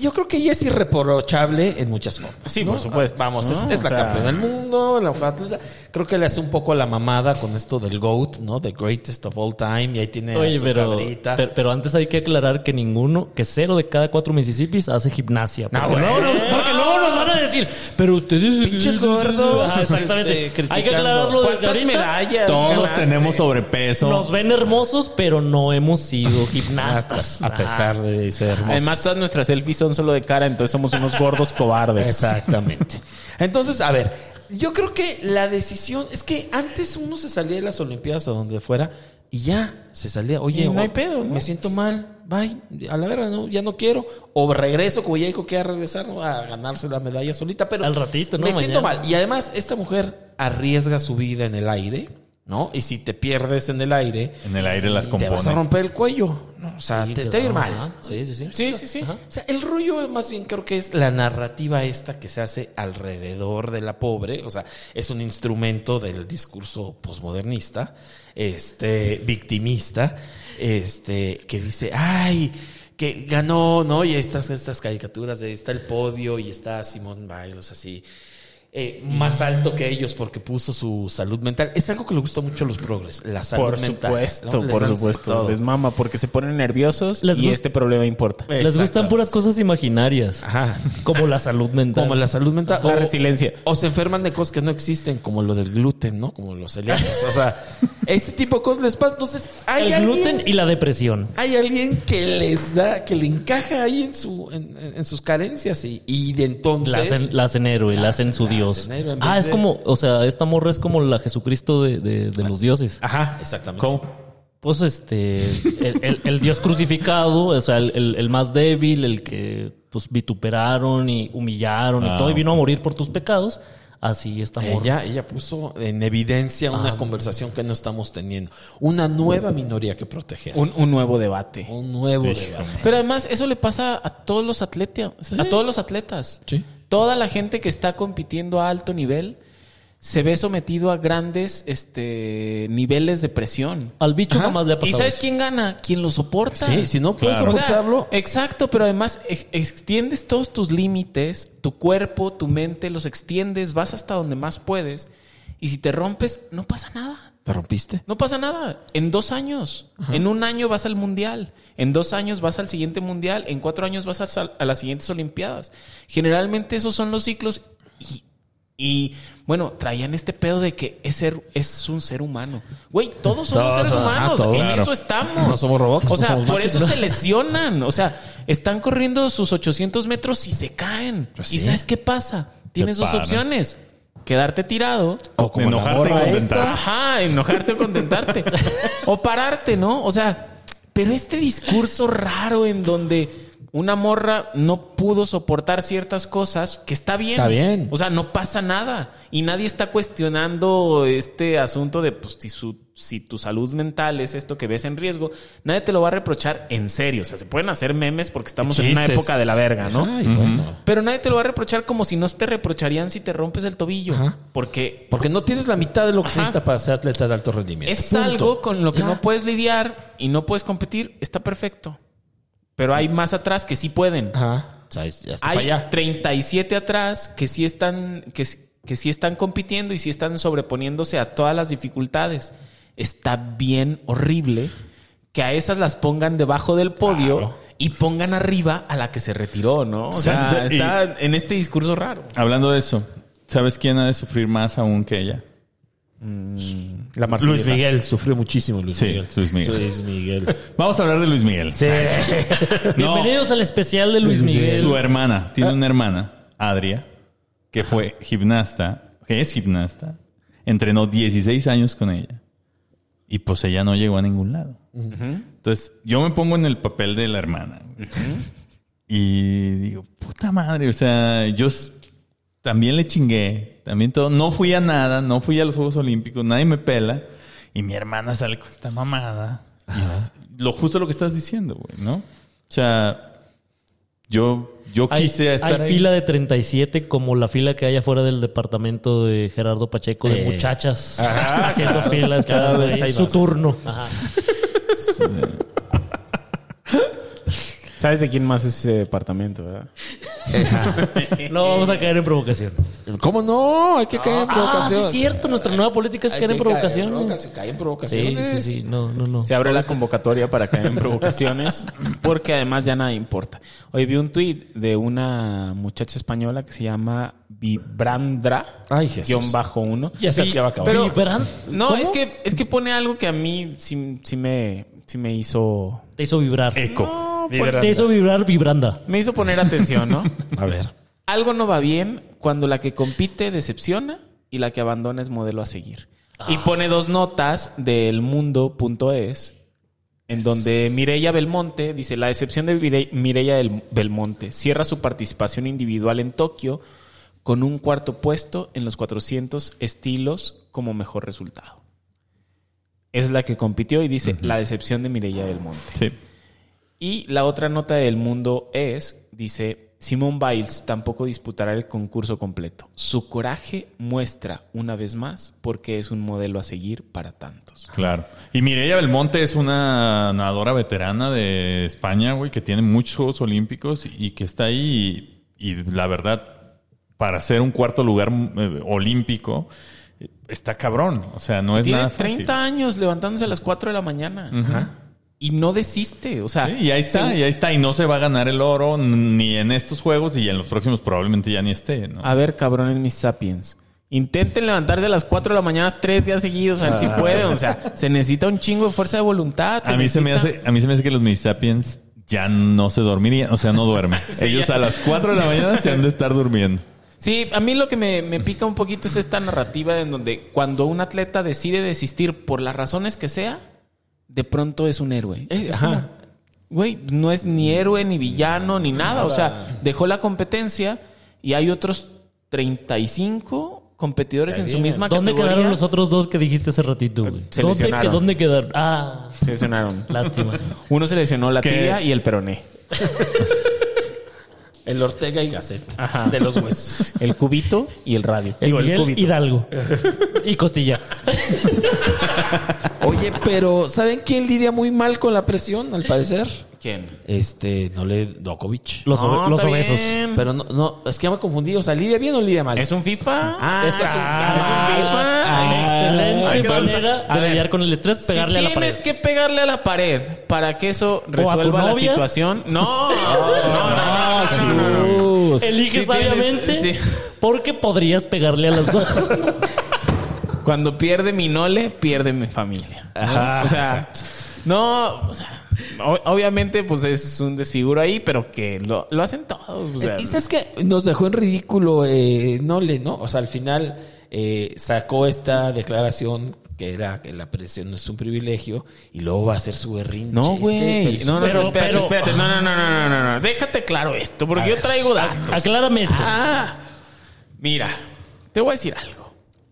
Yo creo que ella es irreprochable en muchas formas. Sí, ¿no? por supuesto. Vamos, es, No, es la o sea- campeona del mundo, la mejor atleta. Creo que le hace un poco la mamada con esto del GOAT, ¿no? The greatest of all time. Y ahí tiene a Oye, su pero, cabrita. pero, pero antes hay que aclarar que ninguno, que cero de cada cuatro Mississippis hace gimnasia. Porque, luego, nos, porque luego nos van a decir, pero ustedes... Pinches gordos. Ah, exactamente. Este, hay que criticando. aclararlo desde ¿Cuántas ahorita. medallas? Todos ganaste? Eh, tenemos sobrepeso. Nos ven hermosos, pero no hemos <laughs> sido gimnastas. a pesar de ser hermosos. Además, todas nuestras selfies son solo de cara, entonces somos unos gordos cobardes. Exactamente. <laughs> Entonces, a ver, yo creo que la decisión es que antes uno se salía de las Olimpiadas o donde fuera y ya se salía. Oye, Y no hay o- pedo, ¿no? me siento mal, bye, a la verga, no, ya no quiero. O regreso, como ya dijo que iba a regresar ¿no? a ganarse la medalla solita, pero Al ratito, ¿no? Me siento Mañana. mal. Y además, esta mujer arriesga su vida en el aire, ¿no? Y si te pierdes en el aire, En el aire las te vas a compone. romper el cuello. ¿no? O sea, te, te va a ir mal. Ajá. Sí, sí, sí. Sí, sí, sí. O sea, el rollo más bien creo que es la narrativa esta que se hace alrededor de la pobre, o sea, es un instrumento del discurso posmodernista, este, victimista, este, que dice, ay, que ganó, ¿no? Y estas, estas caricaturas de, está el podio y está Simón Biles así, eh, más alto que ellos porque puso su salud mental. Es algo que le gusta mucho a los progres, la salud Por mental. supuesto, ¿no? Les por dan supuesto. todo. Les mama porque se ponen nerviosos Les y gusta- este problema importa. Les gustan puras cosas imaginarias, Ajá. como la salud mental. Ah. <laughs> Como la salud mental. La o- resiliencia. O se enferman de cosas que no existen, como lo del gluten, ¿no? Como los celíacos. O sea, este tipo de cosas les pasa. Entonces, hay El alguien, gluten y la depresión. hay alguien que les da, que le encaja ahí en su, en, en- en sus carencias y, y de entonces. La hacen, la hacen héroe, la, La hacen hacen- su la dios. hacen héroe en ah, vez es de- como, o sea, esta morra es como la Jesucristo de, de- de los dioses. Ajá, exactamente. ¿Cómo? Pues este, el, el- el dios crucificado, o sea, el, el- el más débil, el que pues vituperaron y humillaron Ah, y todo, y vino a morir por tus pecados, así está <laughs> morra. Eh, Ella, ella puso en evidencia una conversación que Ah, no estamos teniendo. Una nueva minoría que proteger. Un, Un, un nuevo debate. nuevo debate. Pero además, eso le pasa a todos los atletas. A todos los atletas. Sí. Toda la gente que está compitiendo a alto nivel se ve sometido a grandes este, niveles de presión. Al bicho jamás le ha ¿Y pasado. sabes eso. quién gana? Quien lo soporta. Sí, si no puedes eh, Claro. O sea, soportarlo, exacto, pero además ex- extiendes todos tus límites, tu cuerpo, tu mente, los extiendes, vas hasta donde más puedes. Y si te rompes, no pasa nada. te rompiste. No pasa nada. En dos años, en un año vas al mundial, en dos años vas al siguiente mundial, en cuatro años vas a, sal- a las siguientes Olimpiadas. Generalmente esos son los ciclos y, y, bueno, traían este pedo de que es, ser, es un ser humano. Güey, todos somos Todos, seres ah, humanos, todos. en Claro. eso estamos. No somos robots, O no sea, somos por máquinas. eso se lesionan. O sea, están corriendo sus 800 metros y se caen. Pues ¿Y sí. sabes qué pasa? Tienes dos paran. opciones. Quedarte tirado O como la Enojarte y morra contentar. esta. Ajá, enojarte o contentarte. o pararte, ¿no? O sea, pero este discurso raro en donde una morra no pudo soportar ciertas cosas, que está bien. Está bien. O sea, no pasa nada. Y nadie está cuestionando este asunto de, pues, si, su- si tu salud mental es esto que ves en riesgo, nadie te lo va a reprochar en serio. O sea, se pueden hacer memes porque estamos en una Chistes. época de la verga, ¿no? Ay, bueno. Pero nadie te lo va a reprochar como si no te reprocharían si te rompes el tobillo. Porque Porque no tienes la mitad de lo que Ajá. se necesita para ser atleta de alto rendimiento. Es Punto. algo con lo que Ya. no puedes lidiar y no puedes competir, está perfecto. Pero hay más atrás que sí pueden. Ajá. O sea, es- ya está para Hay allá. 37 atrás que sí están que, s- que sí están compitiendo y sí están sobreponiéndose a todas las dificultades. Está bien horrible que a esas las pongan debajo del podio y pongan arriba a la que se retiró, ¿no? O sea, Sí, sí, y- está en este discurso raro. Hablando de eso, ¿sabes quién ha de sufrir más aún que ella? La Luis Luis Miguel sufrió muchísimo, Luis Mm, Sí, Miguel. Luis Miguel. Luis Miguel. Vamos a hablar de Luis Miguel. No. Bienvenidos al especial de Luis Su Miguel. hermana, tiene una hermana, Adria, que fue gimnasta, que es gimnasta, entrenó 16 años con ella. Y pues ella no llegó a ningún lado. Entonces, yo me pongo en el papel de la hermana. güey. Y digo, puta madre, o sea, yo s- también le chingué, también todo, no fui a nada, no fui a los Juegos Olímpicos, nadie me pela. Y mi hermana sale con esta mamada. Y s- lo justo lo que estás diciendo, güey, ¿no? O sea, yo, yo Hay, quise estar hay ahí. fila de 37 como la fila que hay afuera del departamento de Gerardo Pacheco de Eh. muchachas haciendo filas cada vez vez hay su más. turno. Ajá. ¿Sabes de quién más es ese departamento, verdad? <laughs> No vamos a caer en provocaciones. ¿Cómo no? Hay que caer en Ah, sí provocación. es cierto. Nuestra nueva política es Hay caer en que caer provocaciones. provocación, caer en Sí, provocaciones. sí, sí. No, no, no. Se abre la convocatoria para que hagan provocaciones, porque además ya nada importa. Hoy vi un tuit de una muchacha española que se llama Vibrandra, Ay, Jesús. guión bajo uno. Ya sabes que va a acabar. Pero, Vibran- no, ¿Cómo? es que, es que pone algo que a mí sí, sí me, sí me hizo... Te hizo vibrar. Eco. No, por- Te hizo vibrar vibranda. me hizo poner atención, ¿no? <laughs> A ver. Algo no va bien cuando la que compite decepciona y la que abandona es modelo a seguir. Y pone dos notas del mundo.es en donde Mireia Belmonte dice, la decepción de Mire- Mireia del- Belmonte cierra su participación individual en Tokio con un cuarto puesto en los 400 estilos como mejor resultado. Es la que compitió y dice, la decepción de Mireia Belmonte. Sí. Y la otra nota del mundo es, dice, Simone Biles tampoco disputará el concurso completo. Su coraje muestra una vez más porque es un modelo a seguir para tantos. Claro. Y Mireia Belmonte es una nadadora veterana de España, güey, que tiene muchos Juegos Olímpicos y que está ahí. Y, y la verdad, para ser un cuarto lugar eh, olímpico, eh, está cabrón. O sea, no es Tiene nada 30 fácil. años levantándose a las 4 de la mañana Ajá. y no desiste. O sea, Sí, y ahí está, y ahí está. Y no se va a ganar el oro ni en estos Juegos y en los próximos probablemente ya ni esté, ¿no? a ver, cabrones, mis sapiens. Intenten levantarse a las 4 de la mañana tres días seguidos, a ver si pueden. O sea, se necesita un chingo de fuerza de voluntad. Ah. A mí, se me necesita- hace, a mí se me hace que los Minisapiens ya no se dormirían, o sea, no duermen. Ellos a las 4 de la mañana se han de estar durmiendo. Sí, a mí lo que me, me pica un poquito es esta narrativa en donde cuando un atleta decide desistir por las razones que sea, de pronto es un héroe. Eh, Es ajá. como, Güey, no es ni héroe, ni villano, ni nada. O sea, dejó la competencia y hay otros 35 competidores en su misma ¿Dónde categoría. quedaron los otros dos que dijiste hace ratito, güey? Se ¿Dónde, lesionaron. que- ¿Dónde quedaron? Ah, Se lesionaron. lástima. Uno se lesionó la que- tibia y el peroné. El Ortega y Gasset. Ajá. De los huesos. El cubito y el radio. El Digo, el Miguel cubito. Hidalgo. Y Costilla. Oye, pero ¿saben quién lidia muy mal con la presión, al parecer? ¿Quién? Este, no le Dokovic. Los, obe- No, los está obesos. bien. Pero no, no, es que me confundí. O sea, ¿lidia bien o lidia mal? ¿Es un FIFA? Ah, ¿Es, un, Ah, es un FIFA? ah, Excelente. excelente Entonces, manera a de ver, lidiar con el estrés, pegarle si a la pared. tienes que pegarle a la pared para que eso resuelva la novia? situación. No, <laughs> no, no, no, no, no, no. Elige Si tienes- sabiamente <laughs> sí. porque podrías pegarle a las <laughs> dos. Cuando pierde mi nole, pierde mi familia. Ajá, o sea, no, o sea, o- obviamente pues es un desfiguro ahí, pero que lo, lo hacen todos. o sea, Y sabes que nos dejó en ridículo eh, Nole, ¿no? O sea, al final eh, sacó esta declaración que era que la presión no es un privilegio y luego va a ser su berrinche. no, este güey. persona. No, no, Pero- no, espérate, pero- espérate. No, no, no, no, no, no, no. Déjate claro esto, porque yo traigo datos. Aclárame esto. Ah, mira, te voy a decir algo.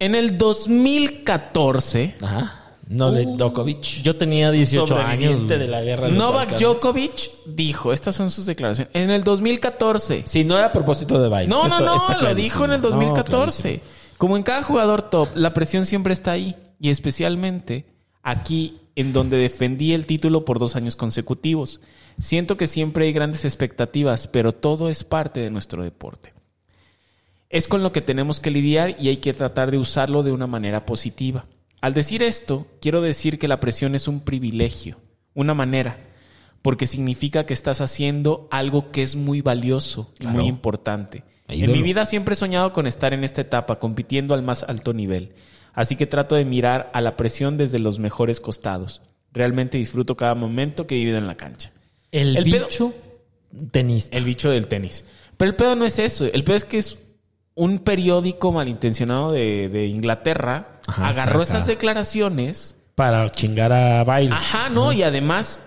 En el 2014, Ajá. Nole Uh. Dokovic. Yo tenía 18 años. sobreviviente güey. de la guerra. de los Novak Balcanes. Djokovic dijo, estas son sus declaraciones, en el 2014. Sí, no era a propósito de baile. No, no, Eso no, está lo clarísimo. dijo en el No, 2014. Como en cada jugador top, la presión siempre está ahí. Y especialmente aquí, en donde defendí el título por dos años consecutivos. Siento que siempre hay grandes expectativas, pero todo es parte de nuestro deporte. Es con lo que tenemos que lidiar y hay que tratar de usarlo de una manera positiva. Al decir esto, quiero decir que la presión es un privilegio, una manera, porque significa que estás haciendo algo que es muy valioso y muy importante. En Ídolo. mi vida siempre he soñado con estar en esta etapa, compitiendo al más alto nivel. Así que trato de mirar a la presión desde los mejores costados. Realmente disfruto cada momento que he vivido en la cancha. El, El pedo- bicho tenista. El bicho del tenis. Pero el pedo no es eso. El pedo es que es un periódico malintencionado de, de Inglaterra. Ajá, agarró saca. estas declaraciones. Para chingar a bailes. Ajá, no. Y además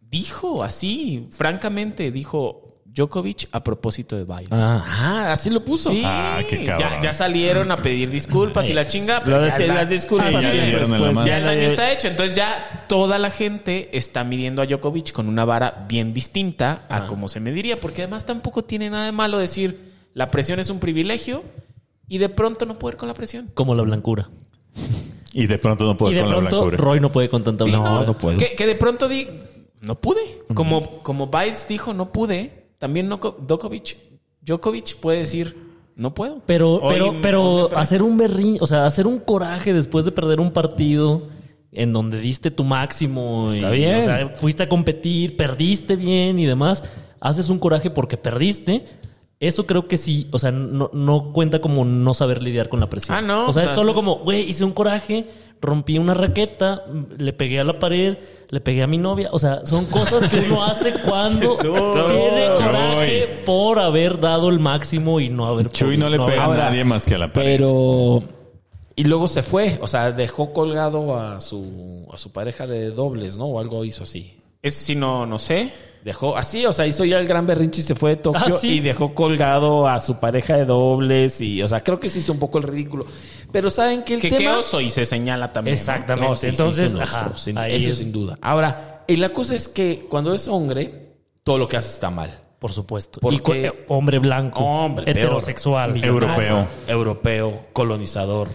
dijo así, francamente, dijo Djokovic a propósito de Biles. Ah, ajá, así lo puso. Sí, Ah, qué cabrón. ya, ya salieron a pedir disculpas y la chinga. Lo pero de- ya la- las disculpas. Sí, ya le sí, dieron pues, en la pues, madre. ya el daño está hecho. Entonces ya toda la gente está midiendo a Djokovic con una vara bien distinta a Ah. como se mediría. Porque además tampoco tiene nada de malo decir la presión es un privilegio y de pronto no poder con la presión. Como la blancura. Y de pronto no puedo y de con la pronto blancura. Roy no puede con tanta Sí, blancura. Que, que de pronto di, no pude. Como, como Biles dijo, no pude. También no, Djokovic, Djokovic puede decir, no puedo. Pero, Hoy pero, no me pero parece. hacer un berrin, o sea, hacer un coraje después de perder un partido en donde diste tu máximo. Está y, bien. O sea, fuiste a competir, perdiste bien y demás. Haces un coraje porque perdiste. Eso creo que sí, o sea, no, no cuenta como no saber lidiar con la presión. Ah, no, O sea, o sea, es solo es- como, güey, hice un coraje, rompí una raqueta, le pegué a la pared, le pegué a mi novia. O sea, son cosas que uno hace cuando tiene coraje por haber dado el máximo y no haber Chuy no le podido- pega ahora- a nadie más que a la pared. Pero. Y luego se fue. O sea, dejó colgado a su, a su pareja de dobles, ¿no? O algo hizo así. Eso sí, no, no sé. Dejó así, o sea, hizo ya el gran berrinche y se fue de Tokio Ah, sí. y dejó colgado a su pareja de dobles. Y, o sea, creo que se hizo un poco el ridículo. Pero saben que el Que qué tema. oso y se señala también. ¿no? Exactamente. No, sí, sí, Entonces, sí, no, ajá, sí, ahí eso es- sin duda. Ahora, y la cosa es que cuando es hombre, todo lo que hace está mal. Ah, Por supuesto. Porque- y con- eh, hombre blanco, Hombre, peor. heterosexual, Europeo. Europeo, colonizador.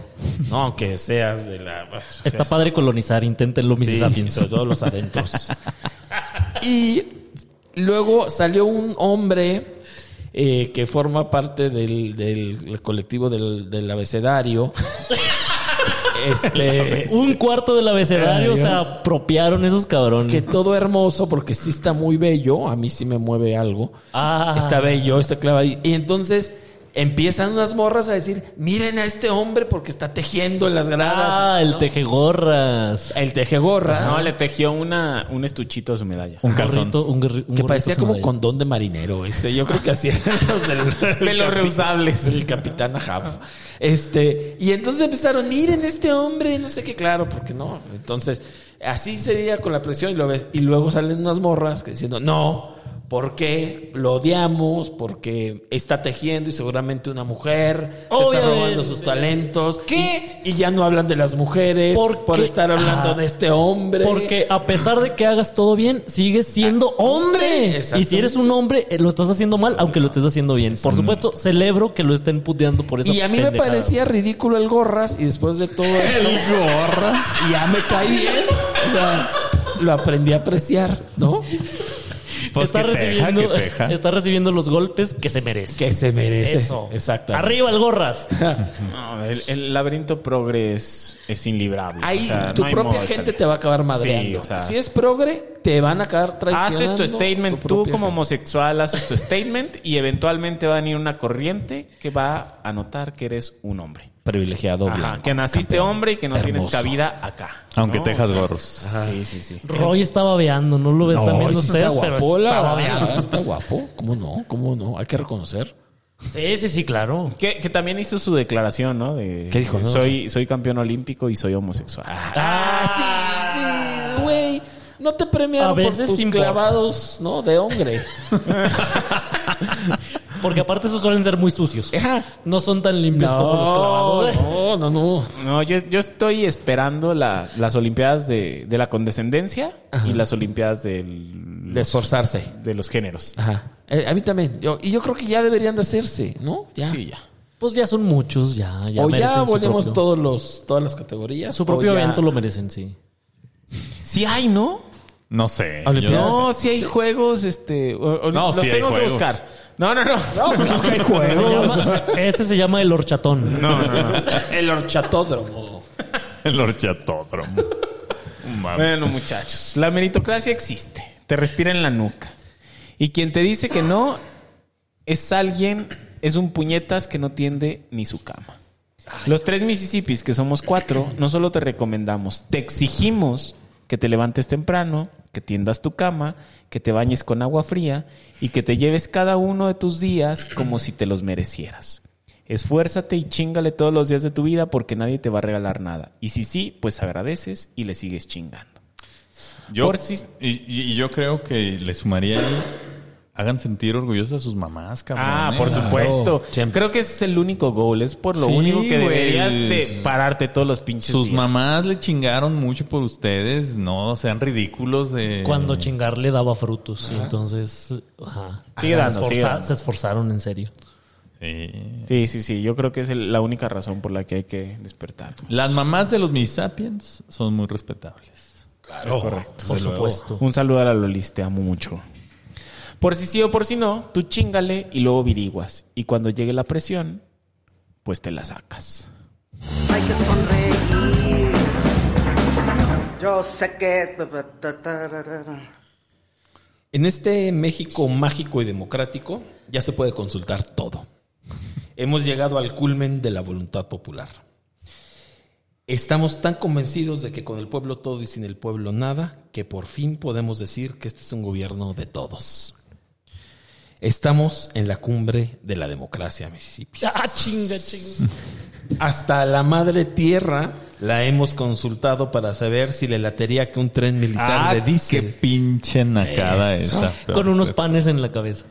No, aunque seas de la. Está padre colonizar, inténtenlo, Mrs. Sí, Sapiens. sobre todo los adentros. <laughs> y luego salió un hombre eh, que forma parte del, del colectivo del, <laughs> del abecedario. este, Un cuarto del abecedario se apropiaron esos cabrones. que todo hermoso porque sí está muy bello. A mí sí me mueve algo. Ah. Está bello, está clavado. ahí. Y entonces empiezan unas morras a decir, miren a este hombre porque está tejiendo en las gradas. Ah, el ¿no? tejegorras. El tejegorras. No, le tejió una, un estuchito a su medalla. Un Un calzón. gorrito- un gorri- un Que gorrito parecía sin como raya. condón de marinero ese. Yo creo que así eran los del, De los reusables. El capitán Ahab. Este, y entonces empezaron, miren este hombre, no sé qué, claro, porque no. Entonces, así sería con la presión y lo ves. Y luego salen unas morras que diciendo, no, ¿por qué lo odiamos? Porque está tejiendo y seguramente una mujer se está Obviamente. robando sus talentos. ¿Qué? Y, y ya no hablan de las mujeres ¿Por por, qué? estar hablando Ah. de este hombre. Porque a pesar de que hagas todo bien, sigues siendo hombre. Ah, exactamente. Y si eres un hombre, eh, lo estás haciendo mal, aunque lo estés haciendo bien. Por supuesto, celebro que lo estén puteando por eso. Y a mí me parecía ridículo el gorras y después de todo esto El gorra. ya me cae bien. O sea, lo aprendí a apreciar, ¿no? Pues está, que teja, recibiendo, que teja. <laughs> está recibiendo los golpes que se merece. Que se merece. Eso. Exacto. Arriba el <laughs> gorras. No, el, el laberinto progre es, es inlibrable. Ahí O sea, tu no hay modo propia de gente salir. te va a acabar madreando. Sí, o sea. si es progre, te van a acabar traicionando. Haces tu statement, tu tú propia como gente. homosexual haces tu statement y eventualmente va a venir una corriente que va a notar que eres un hombre. privilegiado. Ajá, blanco, que naciste campeón. hombre y que no tienes Hermoso. cabida acá. Aunque ¿no? tejas gorros. Sí, sí, sí. Roy está babeando, no lo están No, viendo sí ustedes, está pero guapo, la está verdad, babeando. está guapo. ¿Cómo no? ¿Cómo no? Hay que reconocer. Sí, sí, sí, claro. Que, que también hizo su declaración, ¿no? De, ¿Qué dijo? de No, soy, soy campeón olímpico y soy homosexual. Ah, sí, sí, güey. No te premiaron A veces por tus importa. clavados, ¿no? De <laughs> hombre. Porque aparte esos suelen ser muy sucios. Ajá. No son tan limpios como los clavados. Ah, No, no, no. No, yo, yo estoy esperando la- las Olimpiadas de, de la condescendencia y las Olimpiadas del- De esforzarse. de los géneros. Ajá. Eh, a mí también. Yo, y yo creo que ya deberían de hacerse, ¿no? Ya. Sí, ya. Pues ya son muchos, ya. ya o merecen ya su volvemos propio- todos los, todas las categorías. Su propio o ya- evento lo merecen, sí. Sí hay, ¿no? No sé. Olimpiadas. Yo- No, sí hay juegos, este... o- o- No, los sí hay tengo que juegos. buscar. No, no, no. Se llama- ese se llama el <laughs> horchatón. El horchatódromo. <laughs> El horchatódromo. Mames. Bueno, muchachos, la meritocracia existe. Te respira en la nuca. Y quien te dice que no es alguien, es un puñetas que no tiende ni su cama. Los tres Mississippis, que somos cuatro, no solo te recomendamos, te exigimos que te levantes temprano, que tiendas tu cama, que te bañes con agua fría y que te lleves cada uno de tus días como si te los merecieras. Esfuérzate y chingale todos los días de tu vida porque nadie te va a regalar nada. Y si sí, pues agradeces y le sigues chingando. Yo, Por si- y, y- y yo creo que le sumaría ahí. Hagan sentir orgullosas a sus mamás, cabrón. Ah, eh. por supuesto. Siempre. Creo que ese es el único goal. Es por lo Sí, único que güey. deberías de pararte todos los pinches Sus días. mamás le chingaron mucho por ustedes. No sean ridículos de. Cuando chingar le daba frutos. Y entonces. Ah, Ajá. Sigue Se dando, sigue esforza- dando. Se esforzaron en serio. Sí. Sí, sí, sí. Yo creo que es el- la única razón por la que hay que despertar. Las mamás de los Misapiens son muy respetables. es correcto. Por supuesto. Un saludo a la Lolis, te amo mucho. Por si sí o por si no, tú chingale y luego viriguas. Y cuando llegue la presión, pues te la sacas. Hay que sonreír. Yo sé que. En este México mágico y democrático ya se puede consultar todo. Hemos llegado al culmen de la voluntad popular. Estamos tan convencidos de que con el pueblo todo y sin el pueblo nada, que por fin podemos decir que este es un gobierno de todos. Estamos en la cumbre de la democracia, Mississippi. Ah, chinga, chinga. Hasta la madre tierra la hemos consultado para saber si le latería que un tren militar le Ah, qué dice. pinche nacada Eso. esa. Con unos panes en la cabeza.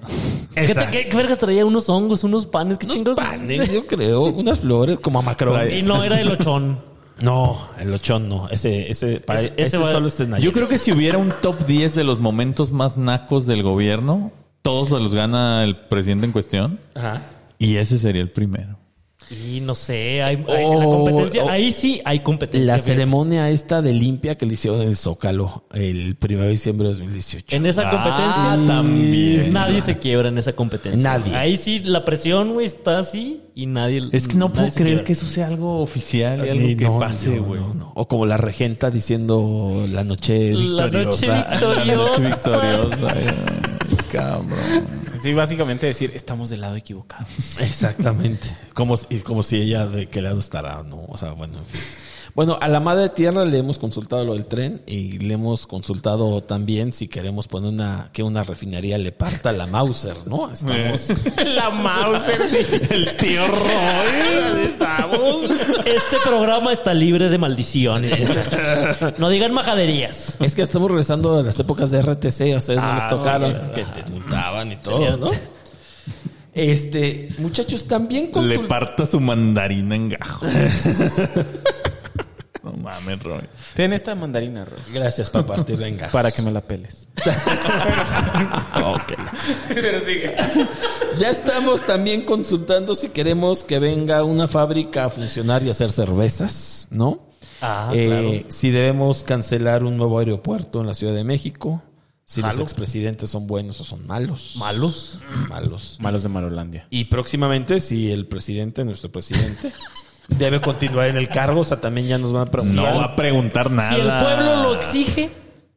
¿Qué, te- Exacto. qué- qué vergas traía? Unos hongos, unos panes. ¿Qué Unos chingados? panes, yo creo, unas flores como a Macron. Y no era el ochón. No, el ochón no. Ese, ese, para- Ese- ese, ese va- solo es de Nayarit. Yo creo que si hubiera un top 10 de los momentos más nacos del gobierno, todos los gana el presidente en cuestión. Ajá. Y ese sería el primero. Y no sé, hay, hay- la O- Oh, competencia. o- ahí sí hay competencia. La fíjate. ceremonia esta de limpia que le hicieron en el Zócalo el 1 de diciembre de 2018. En esa competencia Ah, también. nadie se quiebra en esa competencia. Nadie. Ahí sí la presión, güey, está así y nadie Es que no nadie puedo se creer quiebra. que eso sea algo oficial y algo Ni- que no, pase, no, güey. no, no. O como la regenta diciendo la noche La victoriosa. noche La noche victoriosa. victoriosa. Ay, Cabrón. Sí, básicamente decir, estamos del lado equivocado. Exactamente. <laughs> Como, si- como si ella de qué lado estará, ¿no? O sea, bueno, en fin. Bueno, a la madre tierra le hemos consultado lo del tren y le hemos consultado también si queremos poner una, que una refinería le parta la Mauser, ¿no? Eh. Estamos. <laughs> La mouse El tío Roy. Estamos. Este programa está libre de maldiciones, muchachos. No digan majaderías. Es que estamos regresando a las épocas de RTC, o sea, no les Ah, tocaron. sí. que te multaban y todo, ¿no? Este, muchachos, también Le consultamos. parta su mandarina en gajos. <laughs> no mames, Roy. Ten esta mandarina, Roy. Gracias para partir, venga. Para que me la peles. Pero sigue. Ya estamos también consultando si queremos que venga una fábrica a funcionar y hacer cervezas, ¿no? Ah, Eh, claro. Si debemos cancelar un nuevo aeropuerto en la Ciudad de México. Si los expresidentes son buenos o son malos. Malos. Malos. Malos de Malolandia. Y próximamente, si el presidente, nuestro presidente, debe continuar en el cargo, o sea, también ya nos van a No preguntar. va a preguntar nada. Si el pueblo lo exige,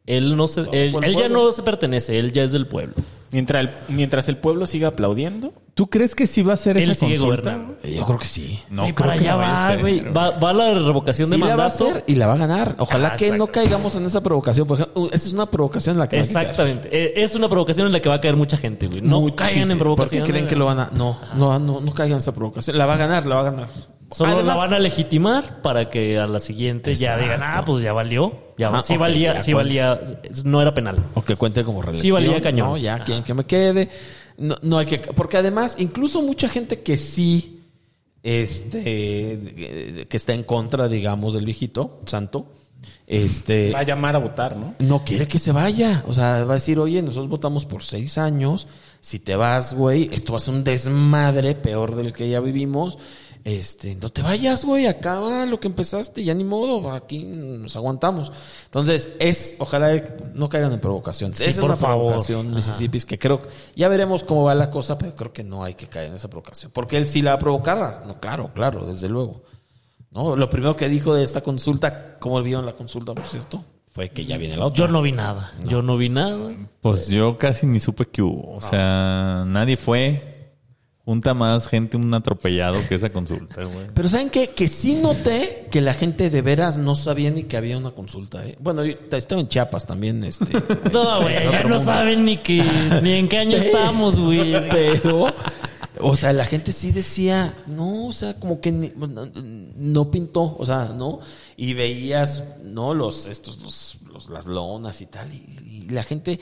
él no se, él, por el él ya pueblo. no se pertenece, él ya es del pueblo. Mientras el, mientras el pueblo siga aplaudiendo, ¿Tú crees que sí va a hacer Él esa sigue consulta? gobernando. Yo creo que sí. No, Güey, para creo que allá la vaya a va, hacer, güey. pero- Va, va la revocación de Sí la va a mandato. hacer y la va a ganar. Ojalá Ah, que no exacto. caigamos en esa provocación. Por ejemplo, uh, esa es una provocación en la que van a caer. Exactamente. Eh, Es una provocación en la que va a caer mucha gente, güey. No Muchísimo. caigan en provocación. Porque creen que lo van a. No, no, no, no caigan en esa provocación. La va a ganar, la va a ganar. Solo la Además- van a legitimar para que a la siguiente ya digan, ah, pues ya valió. Ya, Ah, sí ok, valía, ya, sí bueno. valía, no era penal. O que cuente como reelección. Sí, valía cañón. No, ya, quieren que me quede. No, no hay que. Porque además, incluso mucha gente que sí. Este. eh, Que está en contra, digamos, del viejito santo. Este. va a llamar a votar, ¿no? No quiere que se vaya. O sea, va a decir, oye, nosotros votamos por seis años. Si te vas, güey, esto va a ser un desmadre peor del que ya vivimos. Este, no te vayas, güey, acaba lo que empezaste, ya ni modo, aquí nos aguantamos. Entonces, es, ojalá no caigan en provocaciones. Sí, Esa es por una favor. provocación, Mississippi, que creo, ya veremos cómo va la cosa, pero creo que no hay que caer en esa provocación. Porque él sí la va a provocar. No, claro, claro, desde luego. ¿No? Lo primero que dijo de esta consulta, ¿cómo vieron la consulta, por cierto? Fue que ya viene la otra. Yo no vi nada. Yo no vi nada. Pues yo casi ni supe que hubo. O sea, nadie fue. Junta más gente un atropellado que esa consulta, güey. Pero ¿saben qué? Que sí noté que la gente de veras no sabía ni que había una consulta. ¿eh? Bueno, yo estaba en Chiapas también, este. <laughs> No, güey, ya no saben ni que ni en qué año estamos, güey. Pero, o sea, la gente sí decía, no, o sea, como que ni- no, no pintó, o sea, ¿no? Y veías, ¿no? Los, estos, los, los- las lonas y tal, y, y la gente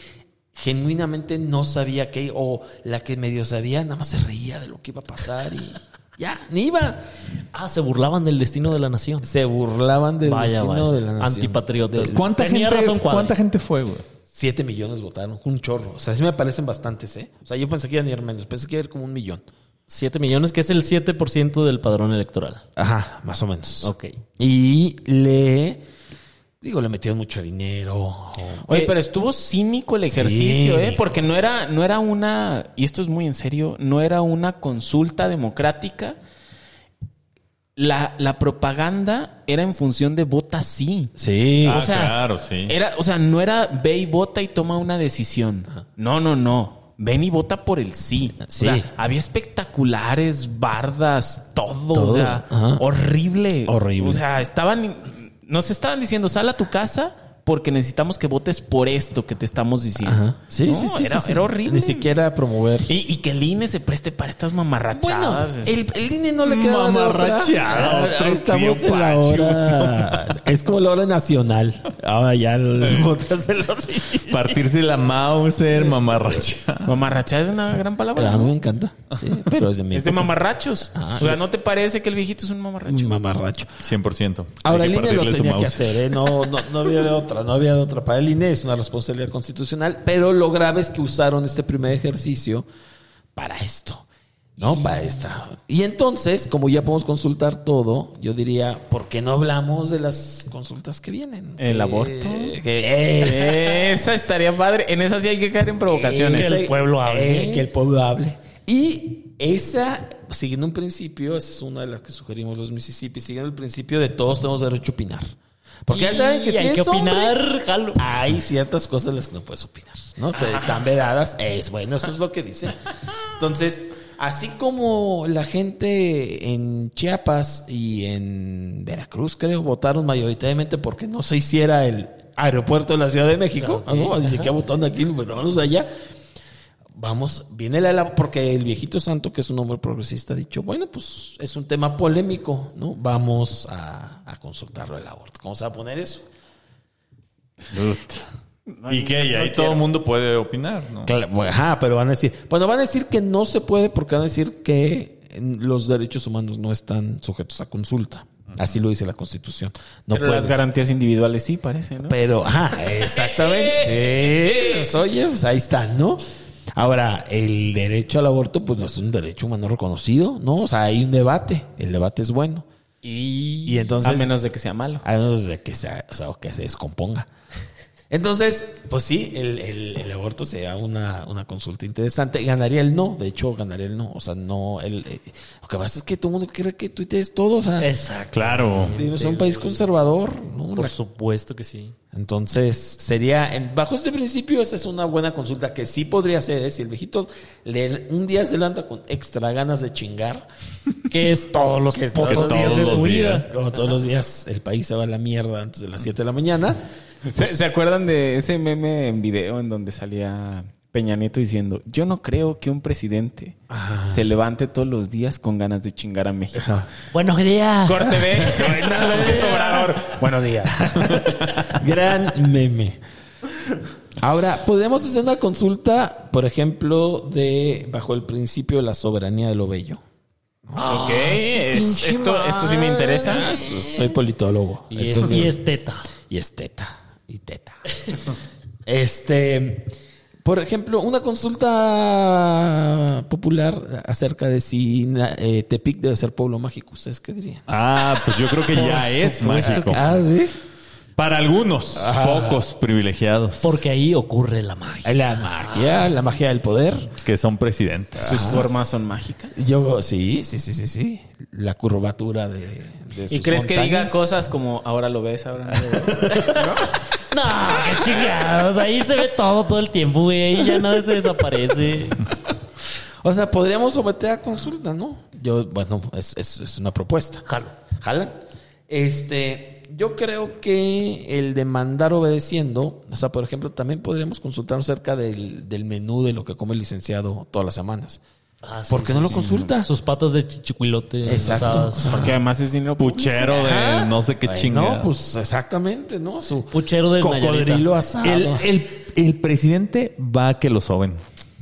genuinamente no sabía qué, o la que medio sabía, nada más se reía de lo que iba a pasar y ya, ni iba. Ah, se burlaban del destino de la nación. Se burlaban del Vaya, destino vaya. de la nación. Antipatriotas. Del- ¿Cuánta Tenía gente, razón, Cuadri. ¿Cuánta gente fue, güey? 7 millones votaron, un chorro. O sea, sí me parecen bastantes, ¿eh? O sea, yo pensé que iban a ir menos, pensé que iba a ir como un millón. 7 millones, que es el 7% del padrón electoral. Ajá, más o menos. Ok. Y le. Digo, le metieron mucho dinero. Eh, Oye, pero estuvo cínico el ejercicio, ¿eh? Porque no era, no era una, y esto es muy en serio, no era una consulta democrática. La, la propaganda era en función de vota sí. Sí. Ah, claro, sí. Era, o sea, no era ve y vota y toma una decisión. No, no, no. Ven y vota por el sí. Sí. O sea, había espectaculares, bardas, todo. Todo. O sea, Ajá. horrible. Horrible. O sea, estaban, nos estaban diciendo, sal a tu casa porque necesitamos que votes por esto que te estamos diciendo. Ajá. Sí, No, sí, sí. Era, sí, sí. era horrible. Ni siquiera promover. Y, y que el INE se preste para estas Bueno, mamarrachadas. el, el INE no le queda Mamarrachada, otro Estamos tío en la Pacho. hora. <laughs> Es como la hora nacional. Ahora ya el- <laughs> votas de los. Partirse la Mauser, mamarracha. Mamarrachada es una gran palabra. Ah, A ¿no? mí me encanta. Sí, pero <laughs> es de mi Es de época. Ah, mamarrachos. o sea, ¿no te parece que el viejito es un mamarracho? mamarracho. 100%. Ahora Hay el que INE partirle lo su tenía que Mauser. hacer, ¿eh? no, no, no había de otra, no había de otra. Para el INE es una responsabilidad constitucional, pero lo grave es que usaron este primer ejercicio para esto, no para esta. Y entonces, como ya podemos consultar todo, yo diría, ¿por qué no hablamos de las consultas que vienen? ¿El Que- aborto? que- Esa estaría padre. En esa sí hay que caer en provocaciones. Que el pueblo hable. eh, que el pueblo hable. Y esa, siguiendo un principio, esa es una de las que sugerimos los Mississippi, siguiendo el principio de todos tenemos derecho a opinar. Porque ya saben que Y si hay es que hombre, Ah, opinar, jalo. hay ciertas cosas de las que no puedes opinar, ¿no? Pero están vedadas, es bueno, eso es lo que dicen. Entonces, así como la gente en Chiapas y en Veracruz, creo, votaron mayoritariamente porque no se hiciera el aeropuerto de la Ciudad de México, ¿no? Dice que votaron aquí, pero vamos allá. Vamos, viene la- la porque el viejito santo, que es un hombre progresista, ha dicho, bueno, pues es un tema polémico, ¿no? Vamos a, a consultarlo el aborto. ¿Cómo se va a poner eso? ¿Y qué? Y ahí todo el mundo puede opinar, ¿no? Claro, bueno, Pues, ajá, pero van a decir, bueno, van a decir que no se puede porque van a decir que en los derechos humanos no están sujetos a consulta. Así lo dice la Constitución. No Pero las puedes. garantías individuales sí, parece, ¿no? Pero, ajá, <laughs> exactamente. Sí, pues, oye, pues ahí está, ¿no? Ahora, el derecho al aborto, pues no es un derecho humano reconocido, ¿no? O sea, hay un debate. El debate es bueno. Y, Y entonces- A menos de que sea malo. A menos de que, sea, o sea, o que se descomponga. Entonces, pues sí, el, el- el aborto sería una, una consulta interesante. Ganaría el no, de hecho, ganaría el no. O sea, no. El, eh, lo que pasa es que todo el mundo quiere que tuitees todo. O sea, Exacto. Claro. vivimos en un país conservador, ¿no? Por La- supuesto que sí. entonces, sería, en- bajo este principio, esa es una buena consulta que sí podría ser. ¿eh? Si el viejito le- un día se levanta con extra ganas de chingar, Que es todos los Que es putos todos días de los su días. vida. como todos los días el país se va a la mierda antes de las 7 de la mañana. ¿Se, se acuerdan de ese meme en video en donde salía Peña Nieto diciendo, yo no creo que un presidente se levante todos los días con ganas de chingar a México? Buenos días. Corte B. Nada, López Obrador. Buenos <laughs> días. Gran meme. Ahora, podríamos hacer una consulta, por ejemplo, de bajo el principio de la soberanía de lo bello. ok, es- pinche esto, esto sí me interesa. So- Soy politólogo. Y Esto es, es y de- es teta. y es teta. Y teta. este, por ejemplo, una consulta popular acerca de si na- eh, Tepic debe ser pueblo mágico. ¿Ustedes qué dirían? Ah, Ah, pues yo creo que ya es mágico. sí. Para algunos, Ah. pocos privilegiados Porque ahí ocurre la magia. La magia, la magia del poder. que son presidentes. Sus formas son mágicas. Yo, sí, sí, sí, sí, sí. La curvatura de. de ¿Y sus crees que digan montañas. cosas como ahora lo ves, ahora no lo ves? No, qué chingados. Ahí se ve todo todo el tiempo, güey. Ahí ya nada se desaparece. O sea, podríamos someter a consulta, ¿no? Yo, bueno, es, es, es una propuesta. Jalo. Jala. Este, yo creo que el de mandar obedeciendo, o sea, por ejemplo, también podríamos consultarnos acerca del, del menú de lo que come el licenciado todas las semanas. Ah, sí, ¿Por qué sí, no lo sí. consulta? Sus patas de chichicuilote. Exacto. asadas. Porque además es dinero público. Puchero de Ajá. no sé qué Ah. Ay, chingada. No, pues exactamente, ¿no? Su Puchero del Nayarita. cocodrilo asado. el, el- el presidente va a que lo soben.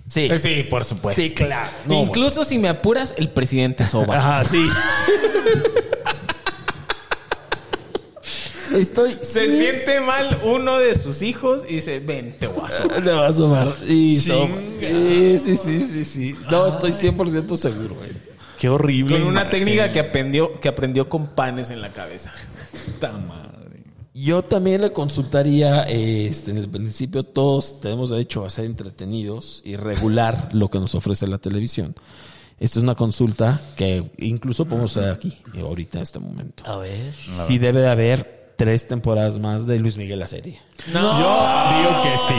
Sí. Sí, por supuesto. Sí, claro. No, Incluso si me apuras, el presidente soba. Ajá, sí. <laughs> Estoy Se siente mal uno de sus hijos y dice, ven, te voy a sobar". <laughs> Le va a sobar. Y soba. Sí, sí, sí, sí, sí. No, estoy 100% seguro, güey. Qué horrible. Con una imagen. técnica que aprendió, que aprendió con panes en la cabeza. Puta madre. Yo también le consultaría, eh, este, en el principio todos tenemos derecho a ser entretenidos y regular lo que nos ofrece la televisión. Esta es una consulta que incluso podemos hacer aquí, eh, ahorita, en este momento. A ver. Si debe de haber tres temporadas más de Luis Miguel la serie. Yo <laughs> digo que sí.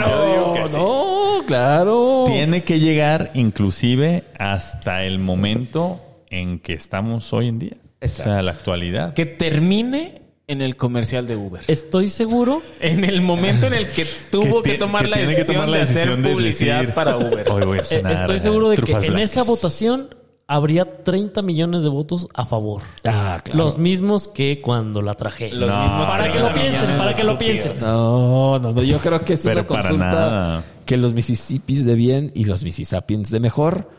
Yo digo que sí. No, claro. Tiene que llegar inclusive hasta el momento en que estamos hoy en día. O sea, la actualidad. Que termine en el comercial de Uber. Estoy seguro. eh, En el momento en el <laughs> que tuvo que, ti- tomar, que la tiene que decisión tomar la decisión de de hacer publicidad decir, <laughs> para Uber. Hoy voy a eh, cenar, estoy eh, seguro de que trufas en blancas. esa votación habría 30 millones de votos a favor. Ah, claro. Los mismos que cuando la traje. Los No. mismos Para que lo 30 piensen, para millones que lo estúpidos. piensen. No, no, no, yo creo que es Pero una para consulta nada. que los Mississippis de bien y los Mississippians de mejor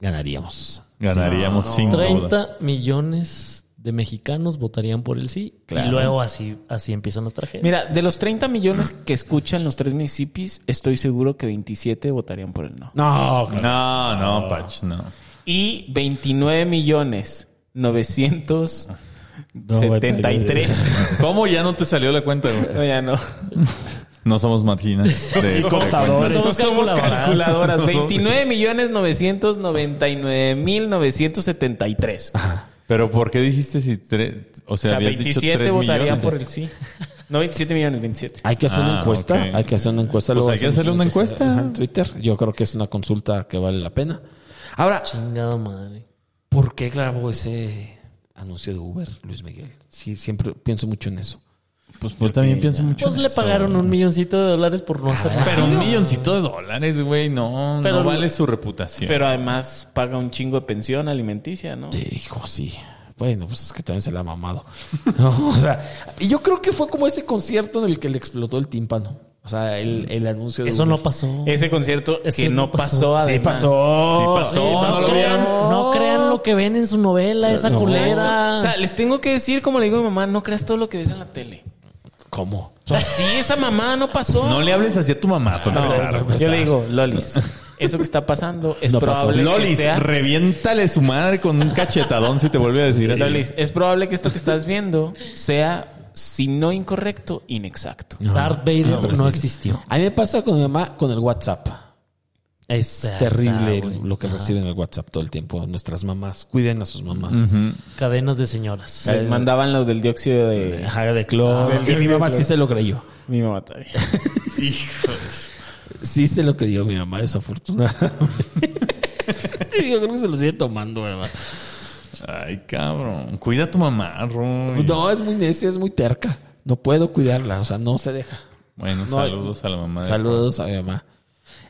ganaríamos. Ganaríamos sin duda. 30 millones de mexicanos votarían por el sí. Y luego así, así empiezan las tragedias. Mira, de los 30 millones que escuchan los tres municipios, estoy seguro que 27 votarían por el no. No, No, no, Pach, no. Y 29 millones 973. ¿Cómo ya <laughs> no te salió la cuenta? güey? No, <laughs> ya no. No somos máquinas. de- de contadores. cuentas. No somos calculadoras. <laughs> calculadoras. 29 millones 999 mil 973. Pero ¿por qué dijiste si tre- O O sea, sea, habías 27 dicho 3 votarían millones. por el sí. No 27 millones, 27. Hay que hacer una Ah, encuesta. ok. Hay que hacer una encuesta. Pues luego hay que hacemos hacerle una encuesta. Ajá, en Twitter. Yo creo que es una consulta que vale la pena. Ahora, Chingada madre. ¿por qué grabó ese anuncio de Uber, Luis Miguel? Sí, siempre pienso mucho en eso. Pues yo también pienso mucho. Pues en le eso. pagaron un milloncito de dólares por no hacer nada. Pero un milloncito de dólares, güey, no, Pero- no vale su reputación. Pero además paga un chingo de pensión alimenticia, ¿no? Sí, hijo, sí. Bueno, pues es que también se la ha mamado. <laughs> No, o sea, y yo creo que fue como ese concierto en el que le explotó el tímpano. O sea, el, el anuncio de Eso Uber. no pasó. Ese concierto Ese que no no pasó. pasó, Sí además. pasó. Sí pasó, Sí, no No lo crean, vieron. no crean lo que ven en su novela, esa No. culera. O sea, les tengo que decir, como le digo a mi mamá, no creas todo lo que ves en la tele. ¿Cómo? O sea, sí, esa mamá no pasó. No le hables así a tu mamá para No, empezar. güey. yo le digo, Lolis, eso que está pasando es No pasó. probable que Lolis, sea... reviéntale su madre con un cachetadón si te vuelve a decir así. Lolis, es probable que esto que estás viendo sea, si no incorrecto, inexacto. Darth Vader no, pero sí. existió. A mí me pasa con mi mamá con el WhatsApp. Es Verdad, terrible güey. lo que reciben en el WhatsApp todo el tiempo. Nuestras mamás, cuiden a sus mamás. Cadenas de señoras. Les mandaban lo del dióxido de... Ajá, de cloro. Del y mi dióxido mamá de sí cloro. se lo creyó. Mi mamá también. Sí se lo creyó mi mamá, desafortunadamente. <laughs> Yo creo que se lo sigue tomando, además. Ay, cabrón. Cuida a tu mamá, Roy. No, es muy necia, es muy terca. No puedo cuidarla, o sea, no se deja. Bueno, No, saludos a la mamá. de- Saludos a mi mamá.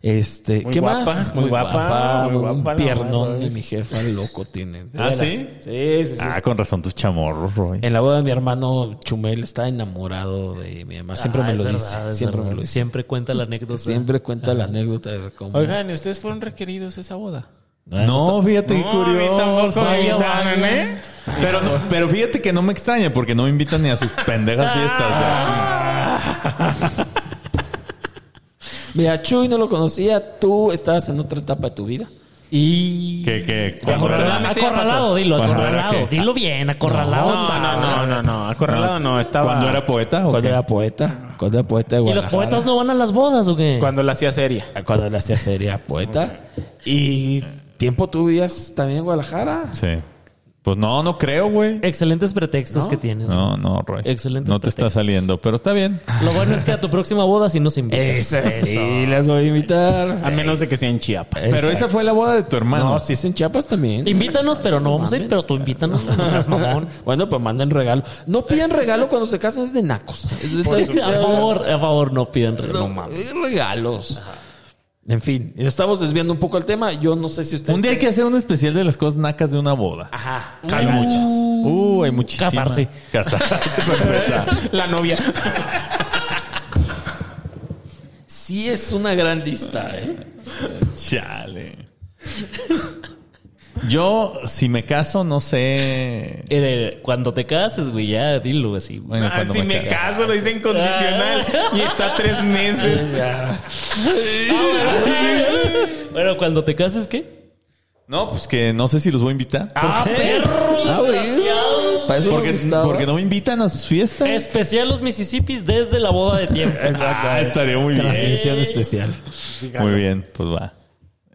Este, Muy ¿qué guapa, más? muy guapa, muy un guapa la piernón mamá, de ¿ves? mi jefa loco tiene. De ¿Ah, veras. sí? Sí, sí, sí. Ah, con razón tus chamorros, Roy. En la boda de mi hermano Chumel está enamorado de mi mamá. Siempre Ah, me es lo verdad, dice. es siempre verdad. me lo dice. Siempre Ah. cuenta la anécdota. Siempre cuenta la anécdota de cómo. Oigan, ¿y ustedes fueron requeridos a esa boda? No, fíjate, qué No, a mí curioso. tampoco me invitaron, ¿eh? Pero, no- pero fíjate que no me extraña porque no me invitan ni a sus pendejas fiestas. o Mira, Chuy no lo conocía. Tú estabas en otra etapa de tu vida. Y. sea, que, que cuando te- Acorralado, Afortunadamente ya pasó. acorralado, dilo, Cuando era acorralado. que- Dilo bien, acorralado. está- no. Acorralado no, estaba... cuando era poeta o Cuando qué? era poeta. Cuando era poeta de ¿Y los Guadalajara. poetas no van a las bodas o qué? Cuando la hacía seria. Cuando él hacía seria poeta. Y tiempo tú vivías también en Guadalajara. Sí. Pues no, no creo, güey. Excelentes pretextos ¿No? que tienes. No, no, Roy. Excelentes No te está pretextos. saliendo, pero está bien. Lo bueno es que a tu próxima boda sí nos invitas. Eso, Sí, las voy a invitar. A menos de que sea en Chiapas. Pero esa fue la boda de tu hermano. No, si es en Chiapas también. Invítanos, pero no vamos a ir, pero tú invítanos. No <laughs> seas <laughs> mamón. Bueno, pues manden regalo. No pidan regalo cuando se casan, es de nacos. <laughs> A favor, a favor, no pidan re- no mames. Eh, regalos. En fin, estamos desviando un poco el tema. Yo no sé si ustedes. Un día hay que hacer un especial de las cosas nacas de una boda. Ajá. Hay muchas. Uh, hay muchísimas. Casarse. Casarse para empezar. La novia. Sí es una gran lista, ¿eh? Chale. Yo, si me caso, no sé. Eh, Cuando te cases, güey, ya dilo así. güey. Bueno, cuando Ah, si me caso, lo dicen <laughs> condicional. Y está tres meses. Bueno, cuando te cases, ¿qué? No, pues que no sé si los voy a invitar. ¡Ah, perro! Ah, güey. desgraciado! Para eso me porque, gustaba. porque no me invitan a sus fiestas. Especial los Mississippis desde la boda de tiempo. Ah, estaría muy bien. Transmisión especial. Muy bien, pues va.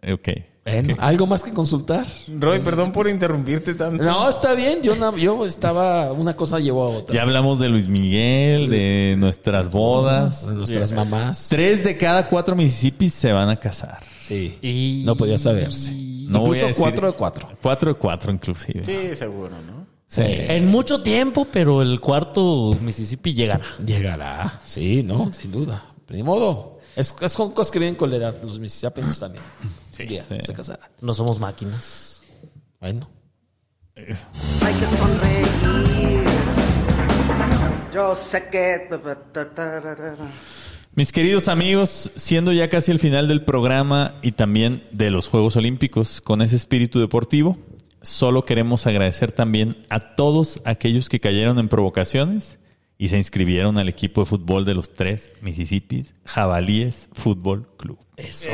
Eh, Ok. Bueno, ¿algo más que consultar? Roy, perdón por interrumpirte tanto. No, está bien. Yo, na- yo estaba. Una cosa llevó a otra. Ya hablamos de Luis Miguel, de nuestras bodas. De nuestras mamás. Tres de cada cuatro Mississippis se van a casar. Sí. Y- No podía saberse. No voy Incluso a decir- cuatro de cuatro. Cuatro de cuatro, inclusive. Sí, seguro, ¿no? Sí. En mucho tiempo, pero el cuarto Mississippi llegará. Llegará. Sí, no, sin duda. Ni modo. Es, es con cosas que vienen con la edad. Los Mississippians también. Sí, sí. Se casarán. No somos máquinas. Bueno. Hay que sonreír. Yo sé que. Mis queridos amigos, siendo ya casi el final del programa y también de los Juegos Olímpicos con ese espíritu deportivo, solo queremos agradecer también a todos aquellos que cayeron en provocaciones y se inscribieron al equipo de fútbol de los tres Mississippis Jabalíes Fútbol Club. Eso.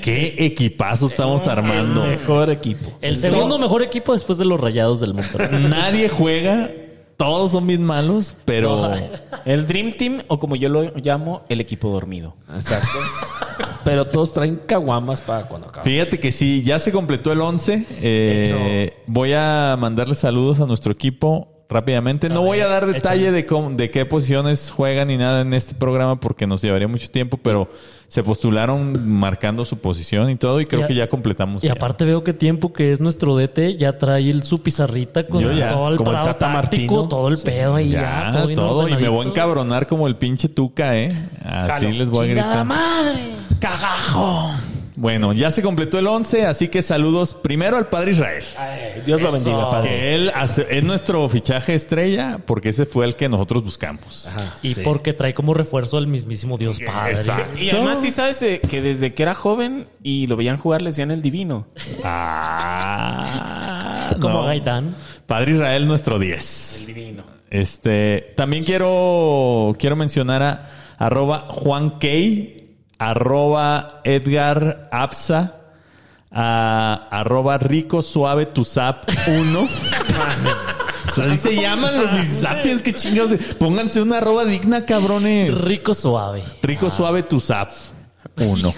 ¡Qué equipazo estamos armando! Mejor equipo. El segundo mejor equipo después de los Rayados del Monterrey. Nadie juega, todos son bien malos, pero... El Dream Team, o como yo lo llamo, el equipo dormido. Exacto. Pero todos traen caguamas para cuando acabe. Fíjate que sí, ya se completó el 11. Eh, voy a mandarle saludos a nuestro equipo Rápidamente, no ver, voy a dar detalle échale. de, cómo- de qué posiciones juegan ni nada en este programa porque nos llevaría mucho tiempo, pero se postularon marcando su posición y todo y creo Y a- que ya completamos. Y ya. aparte veo que tiempo que es nuestro DT ya trae el, su pizarrita con Yo ya, todo el como el parado Tata táctico, Martino. todo el pedo ahí ya, Ya, todo, bien todo. Y me voy a ordenadito. encabronar como el pinche tuca, ¿eh? Así les voy a gritar. ¡Chingada madre! ¡Cagajo! Bueno, ya se completó el 11, así que saludos primero al Padre Israel. Dios lo bendiga, padre. Que él hace- es nuestro fichaje estrella porque ese fue el que nosotros buscamos. Y porque trae como refuerzo al mismísimo Dios Padre. Exacto. Y además sí sabes de- que desde que era joven y lo veían jugar le decían el divino. Ah, Como no. Gaitán. Padre Israel, nuestro 10. divino. Este, también quiero, quiero mencionar a arroba Juan Key, arroba Edgar Absa, a arroba Rico Suave Tusap 1. O sea, así se llaman los misapiens, qué chingados. Pónganse una arroba digna, cabrones. Rico suave. Rico Suave Tusap 1.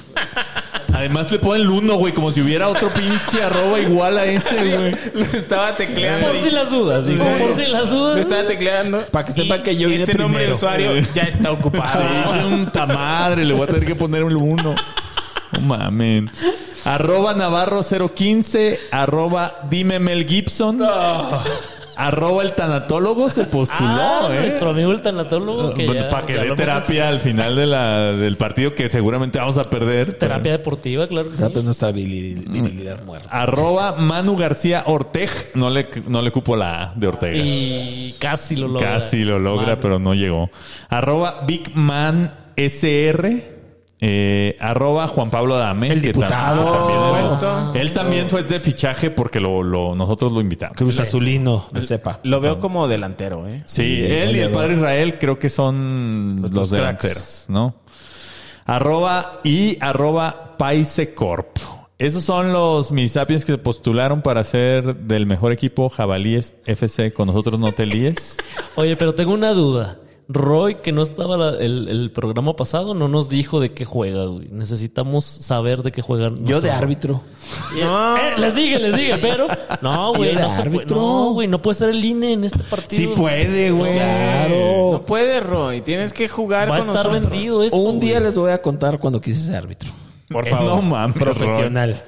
Además le ponen el 1, güey, como si hubiera otro pinche arroba igual a ese, güey. Lo estaba tecleando. Por y- si las dudas, digo, Sí. por si las dudas. Lo estaba tecleando. Para que sepa Y que yo vine Este nombre de primero. usuario ya está ocupado. Sí, <laughs> puta madre, le voy a tener que poner un uno. No mamen. Arroba Navarro 015, arroba dime Mel Gibson, arroba el tanatólogo se postuló, Ah, ¿eh? Nuestro amigo el tanatólogo que ya- Para que ya dé lo hemos terapia al final de la- del partido que seguramente vamos a perder. Terapia deportiva, claro que sí. Esa pues nuestra viril- Mm. virilidad muerta. Arroba Manu García Orteg, no le, no le cupo la A de Ortega. Y casi lo logra. Casi lo logra, Mano. pero no llegó. Arroba Big Man SR. eh, arroba Juan Pablo Adame. El diputado, por También, supuesto. él también fue de fichaje porque lo, lo- nosotros lo invitamos. Cruz Azulino, de sepa. Lo veo como delantero, ¿eh? Sí, él y el padre Israel creo que son los, Los dos cracks. delanteros, ¿no? Arroba y arroba Paisecorp. Esos son los misapiens que postularon para ser del mejor equipo Jabalíes FC. Con nosotros no te líes. Oye, pero tengo una duda. Roy, que no estaba la- el, el programa pasado, no nos dijo de qué juega, güey. Necesitamos saber de qué juegan. Yo de nuestros- árbitro. No. Eh, les dije, les dije, pero. No, güey, Yo de no, se puede, árbitro. no, güey, no puede ser el INE en este partido. puede, güey. Claro. No puede, Roy. Tienes que jugar Va a con estar nosotros. vendido eso. Un día güey. les voy a contar cuando quise ser árbitro. Por favor. No mames. Profesional.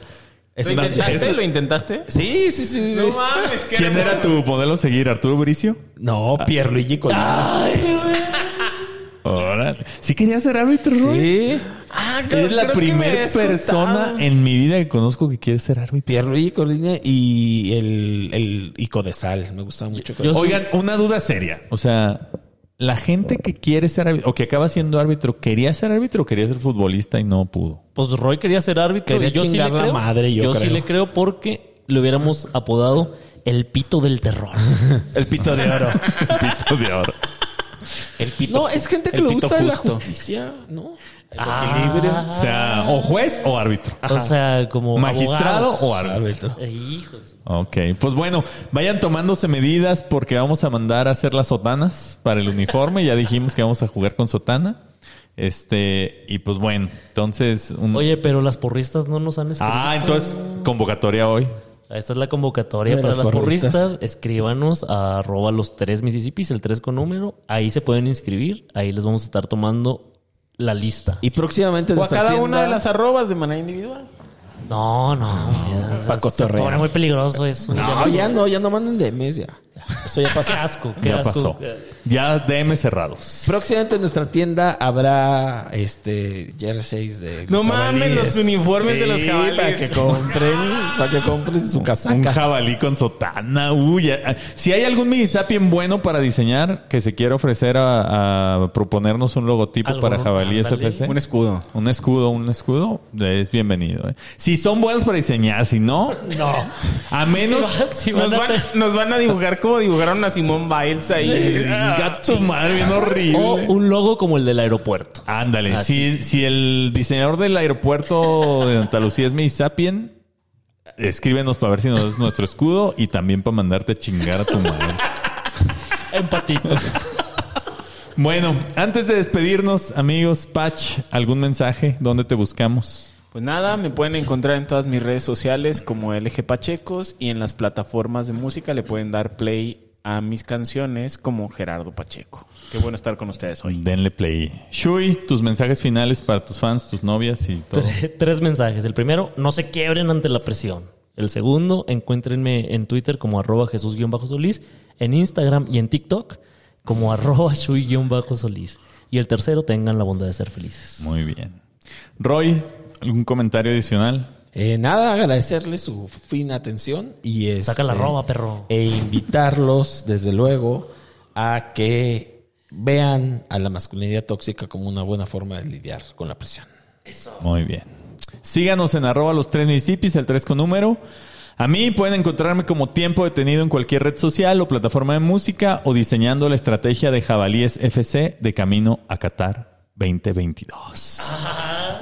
Es ¿Lo una- intentaste? es- ¿Lo intentaste? Sí, sí, sí. sí. No mames, qué ¿Quién era hermoso. tu modelo a seguir? ¿Arturo Bricio? No, Pierluigi con Órale. Sí quería ser árbitro, Roy. Sí. Ah, claro, Eres la creo que me primera habías persona contado. en mi vida que conozco que quiere ser árbitro. Pierluigi Cordina y el, el y Codesal. Me gusta mucho. Yo Codesal. soy- Oigan, una duda seria. O sea, la gente que quiere ser árbitro o que acaba siendo árbitro, ¿quería ser árbitro o quería ser futbolista y no pudo? Pues Roy quería ser árbitro. Quería y yo sí le chingar creo. la madre, yo sí creo. le creo porque le hubiéramos apodado el pito del <laughs> terror. el pito de oro. <laughs> Pito de oro. El pito. no, es gente que El le pito gusta la justo. justicia, ¿no? El Ah, O sea, o juez o árbitro. O sea, como. ¿Magistrado abogados. o árbitro? Árbitro. Eh, Hijos. Ok, pues bueno, vayan tomándose medidas porque vamos a mandar a hacer las sotanas para el uniforme. Ya dijimos que vamos a jugar con sotana. Este, y pues bueno, entonces. Mm. Un... Oye, pero las porristas no nos han escrito. ah, entonces convocatoria hoy. Esta es la convocatoria De para las las porristas. porristas. Escríbanos a arroba los tres Mississippis, el tres con número. Ahí se pueden inscribir. Ahí les vamos a estar tomando la lista. Y próximamente O a nuestra cada tienda- una de las arrobas de manera individual. No, no. esas- esas- cotorrear. se pone muy peligroso eso. Ah. No, ya Ah, no, ya no manden DMs ya. Ya. Eso ya pasó. Qué asco, qué Ya asco. pasó. Ya DM cerrados. Próximamente en nuestra tienda habrá este jerseys de No mames, los uniformes de los jabalíes. para que compren, para que compren su Un casaca. jabalí con sotana. Uy, ya- ah, si hay algún minisapien bueno para diseñar que se quiera ofrecer a, a proponernos un logotipo Algo, para jabalíes ándale. FC. Un escudo. Un escudo, un escudo, es bienvenido. ¿eh? Si son buenos para diseñar, si no, no. A menos. Si van- si van Nos a van, hacer- nos van a dibujar como dibujaron a Simón Biles ahí. Gato tu madre, bien horrible. Ah. O un logo como el del aeropuerto. Ándale, si, si el diseñador del aeropuerto de Andalucía es mi sapien, escríbenos para ver si nos das nuestro escudo y también para mandarte a chingar a tu madre. Empatito. Bueno, antes de despedirnos, amigos, Patch, ¿algún mensaje? ¿Dónde te buscamos? Pues nada, me pueden encontrar en todas mis redes sociales como LG Pachecos y en las plataformas de música le pueden dar play a mis canciones como Gerardo Pacheco. Qué bueno estar con ustedes hoy. Denle play. Shui, tus mensajes finales para tus fans, tus novias y todo. Tres, <laughs> tres mensajes. El primero, no se quiebren ante la presión. El segundo, encuéntrenme en Twitter como arroba Jesús-Solís, en Instagram y en TikTok como <laughs> arroba Shui-Solís. Y el tercero, tengan la bondad de ser felices. Muy bien. Roy, ¿algún comentario adicional? Eh, nada, agradecerle su fina atención y es. Saca la roba, perro. E invitarlos, desde luego, a que vean a la masculinidad tóxica como una buena forma de lidiar con la presión. Muy bien. Síganos en arroba los tres municipios, el tres con número. A mí pueden encontrarme como tiempo detenido en cualquier red social o plataforma de música o diseñando la estrategia de Jabalíes FC de camino a Qatar 2022.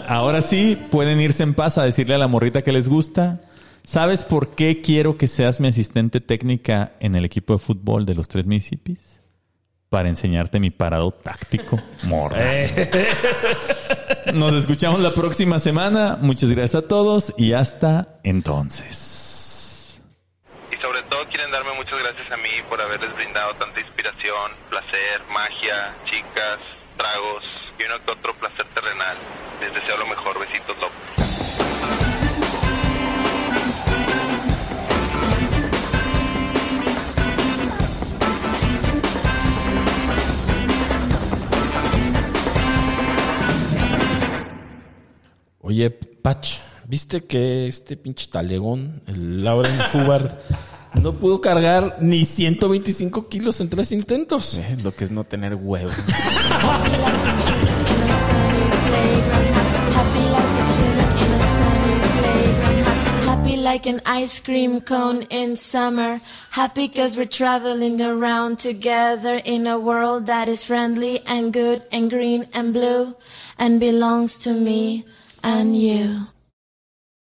Ahora sí, pueden irse en paz a decirle a la morrita que les gusta. ¿Sabes por qué quiero que seas mi asistente técnica en el equipo de fútbol de los tres municipios? Para enseñarte mi parado táctico, morra. Nos escuchamos la próxima semana. Muchas gracias a todos y hasta entonces. Y sobre todo quieren darme muchas gracias a mí por haberles brindado tanta inspiración, placer, magia, chicas, tragos y uno que otro placer terrenal. Les deseo lo mejor. Besitos, López. Oye, Pach, ¿viste que este pinche talegón, el Lauren Hubbard, no pudo cargar ni 125 kilos en tres intentos? Eh, <laughs> Lo que es no tener huevo. Happy like an ice cream cone in summer. Happy cause we're traveling around together in a world that is friendly and good and green and blue and belongs to me and you.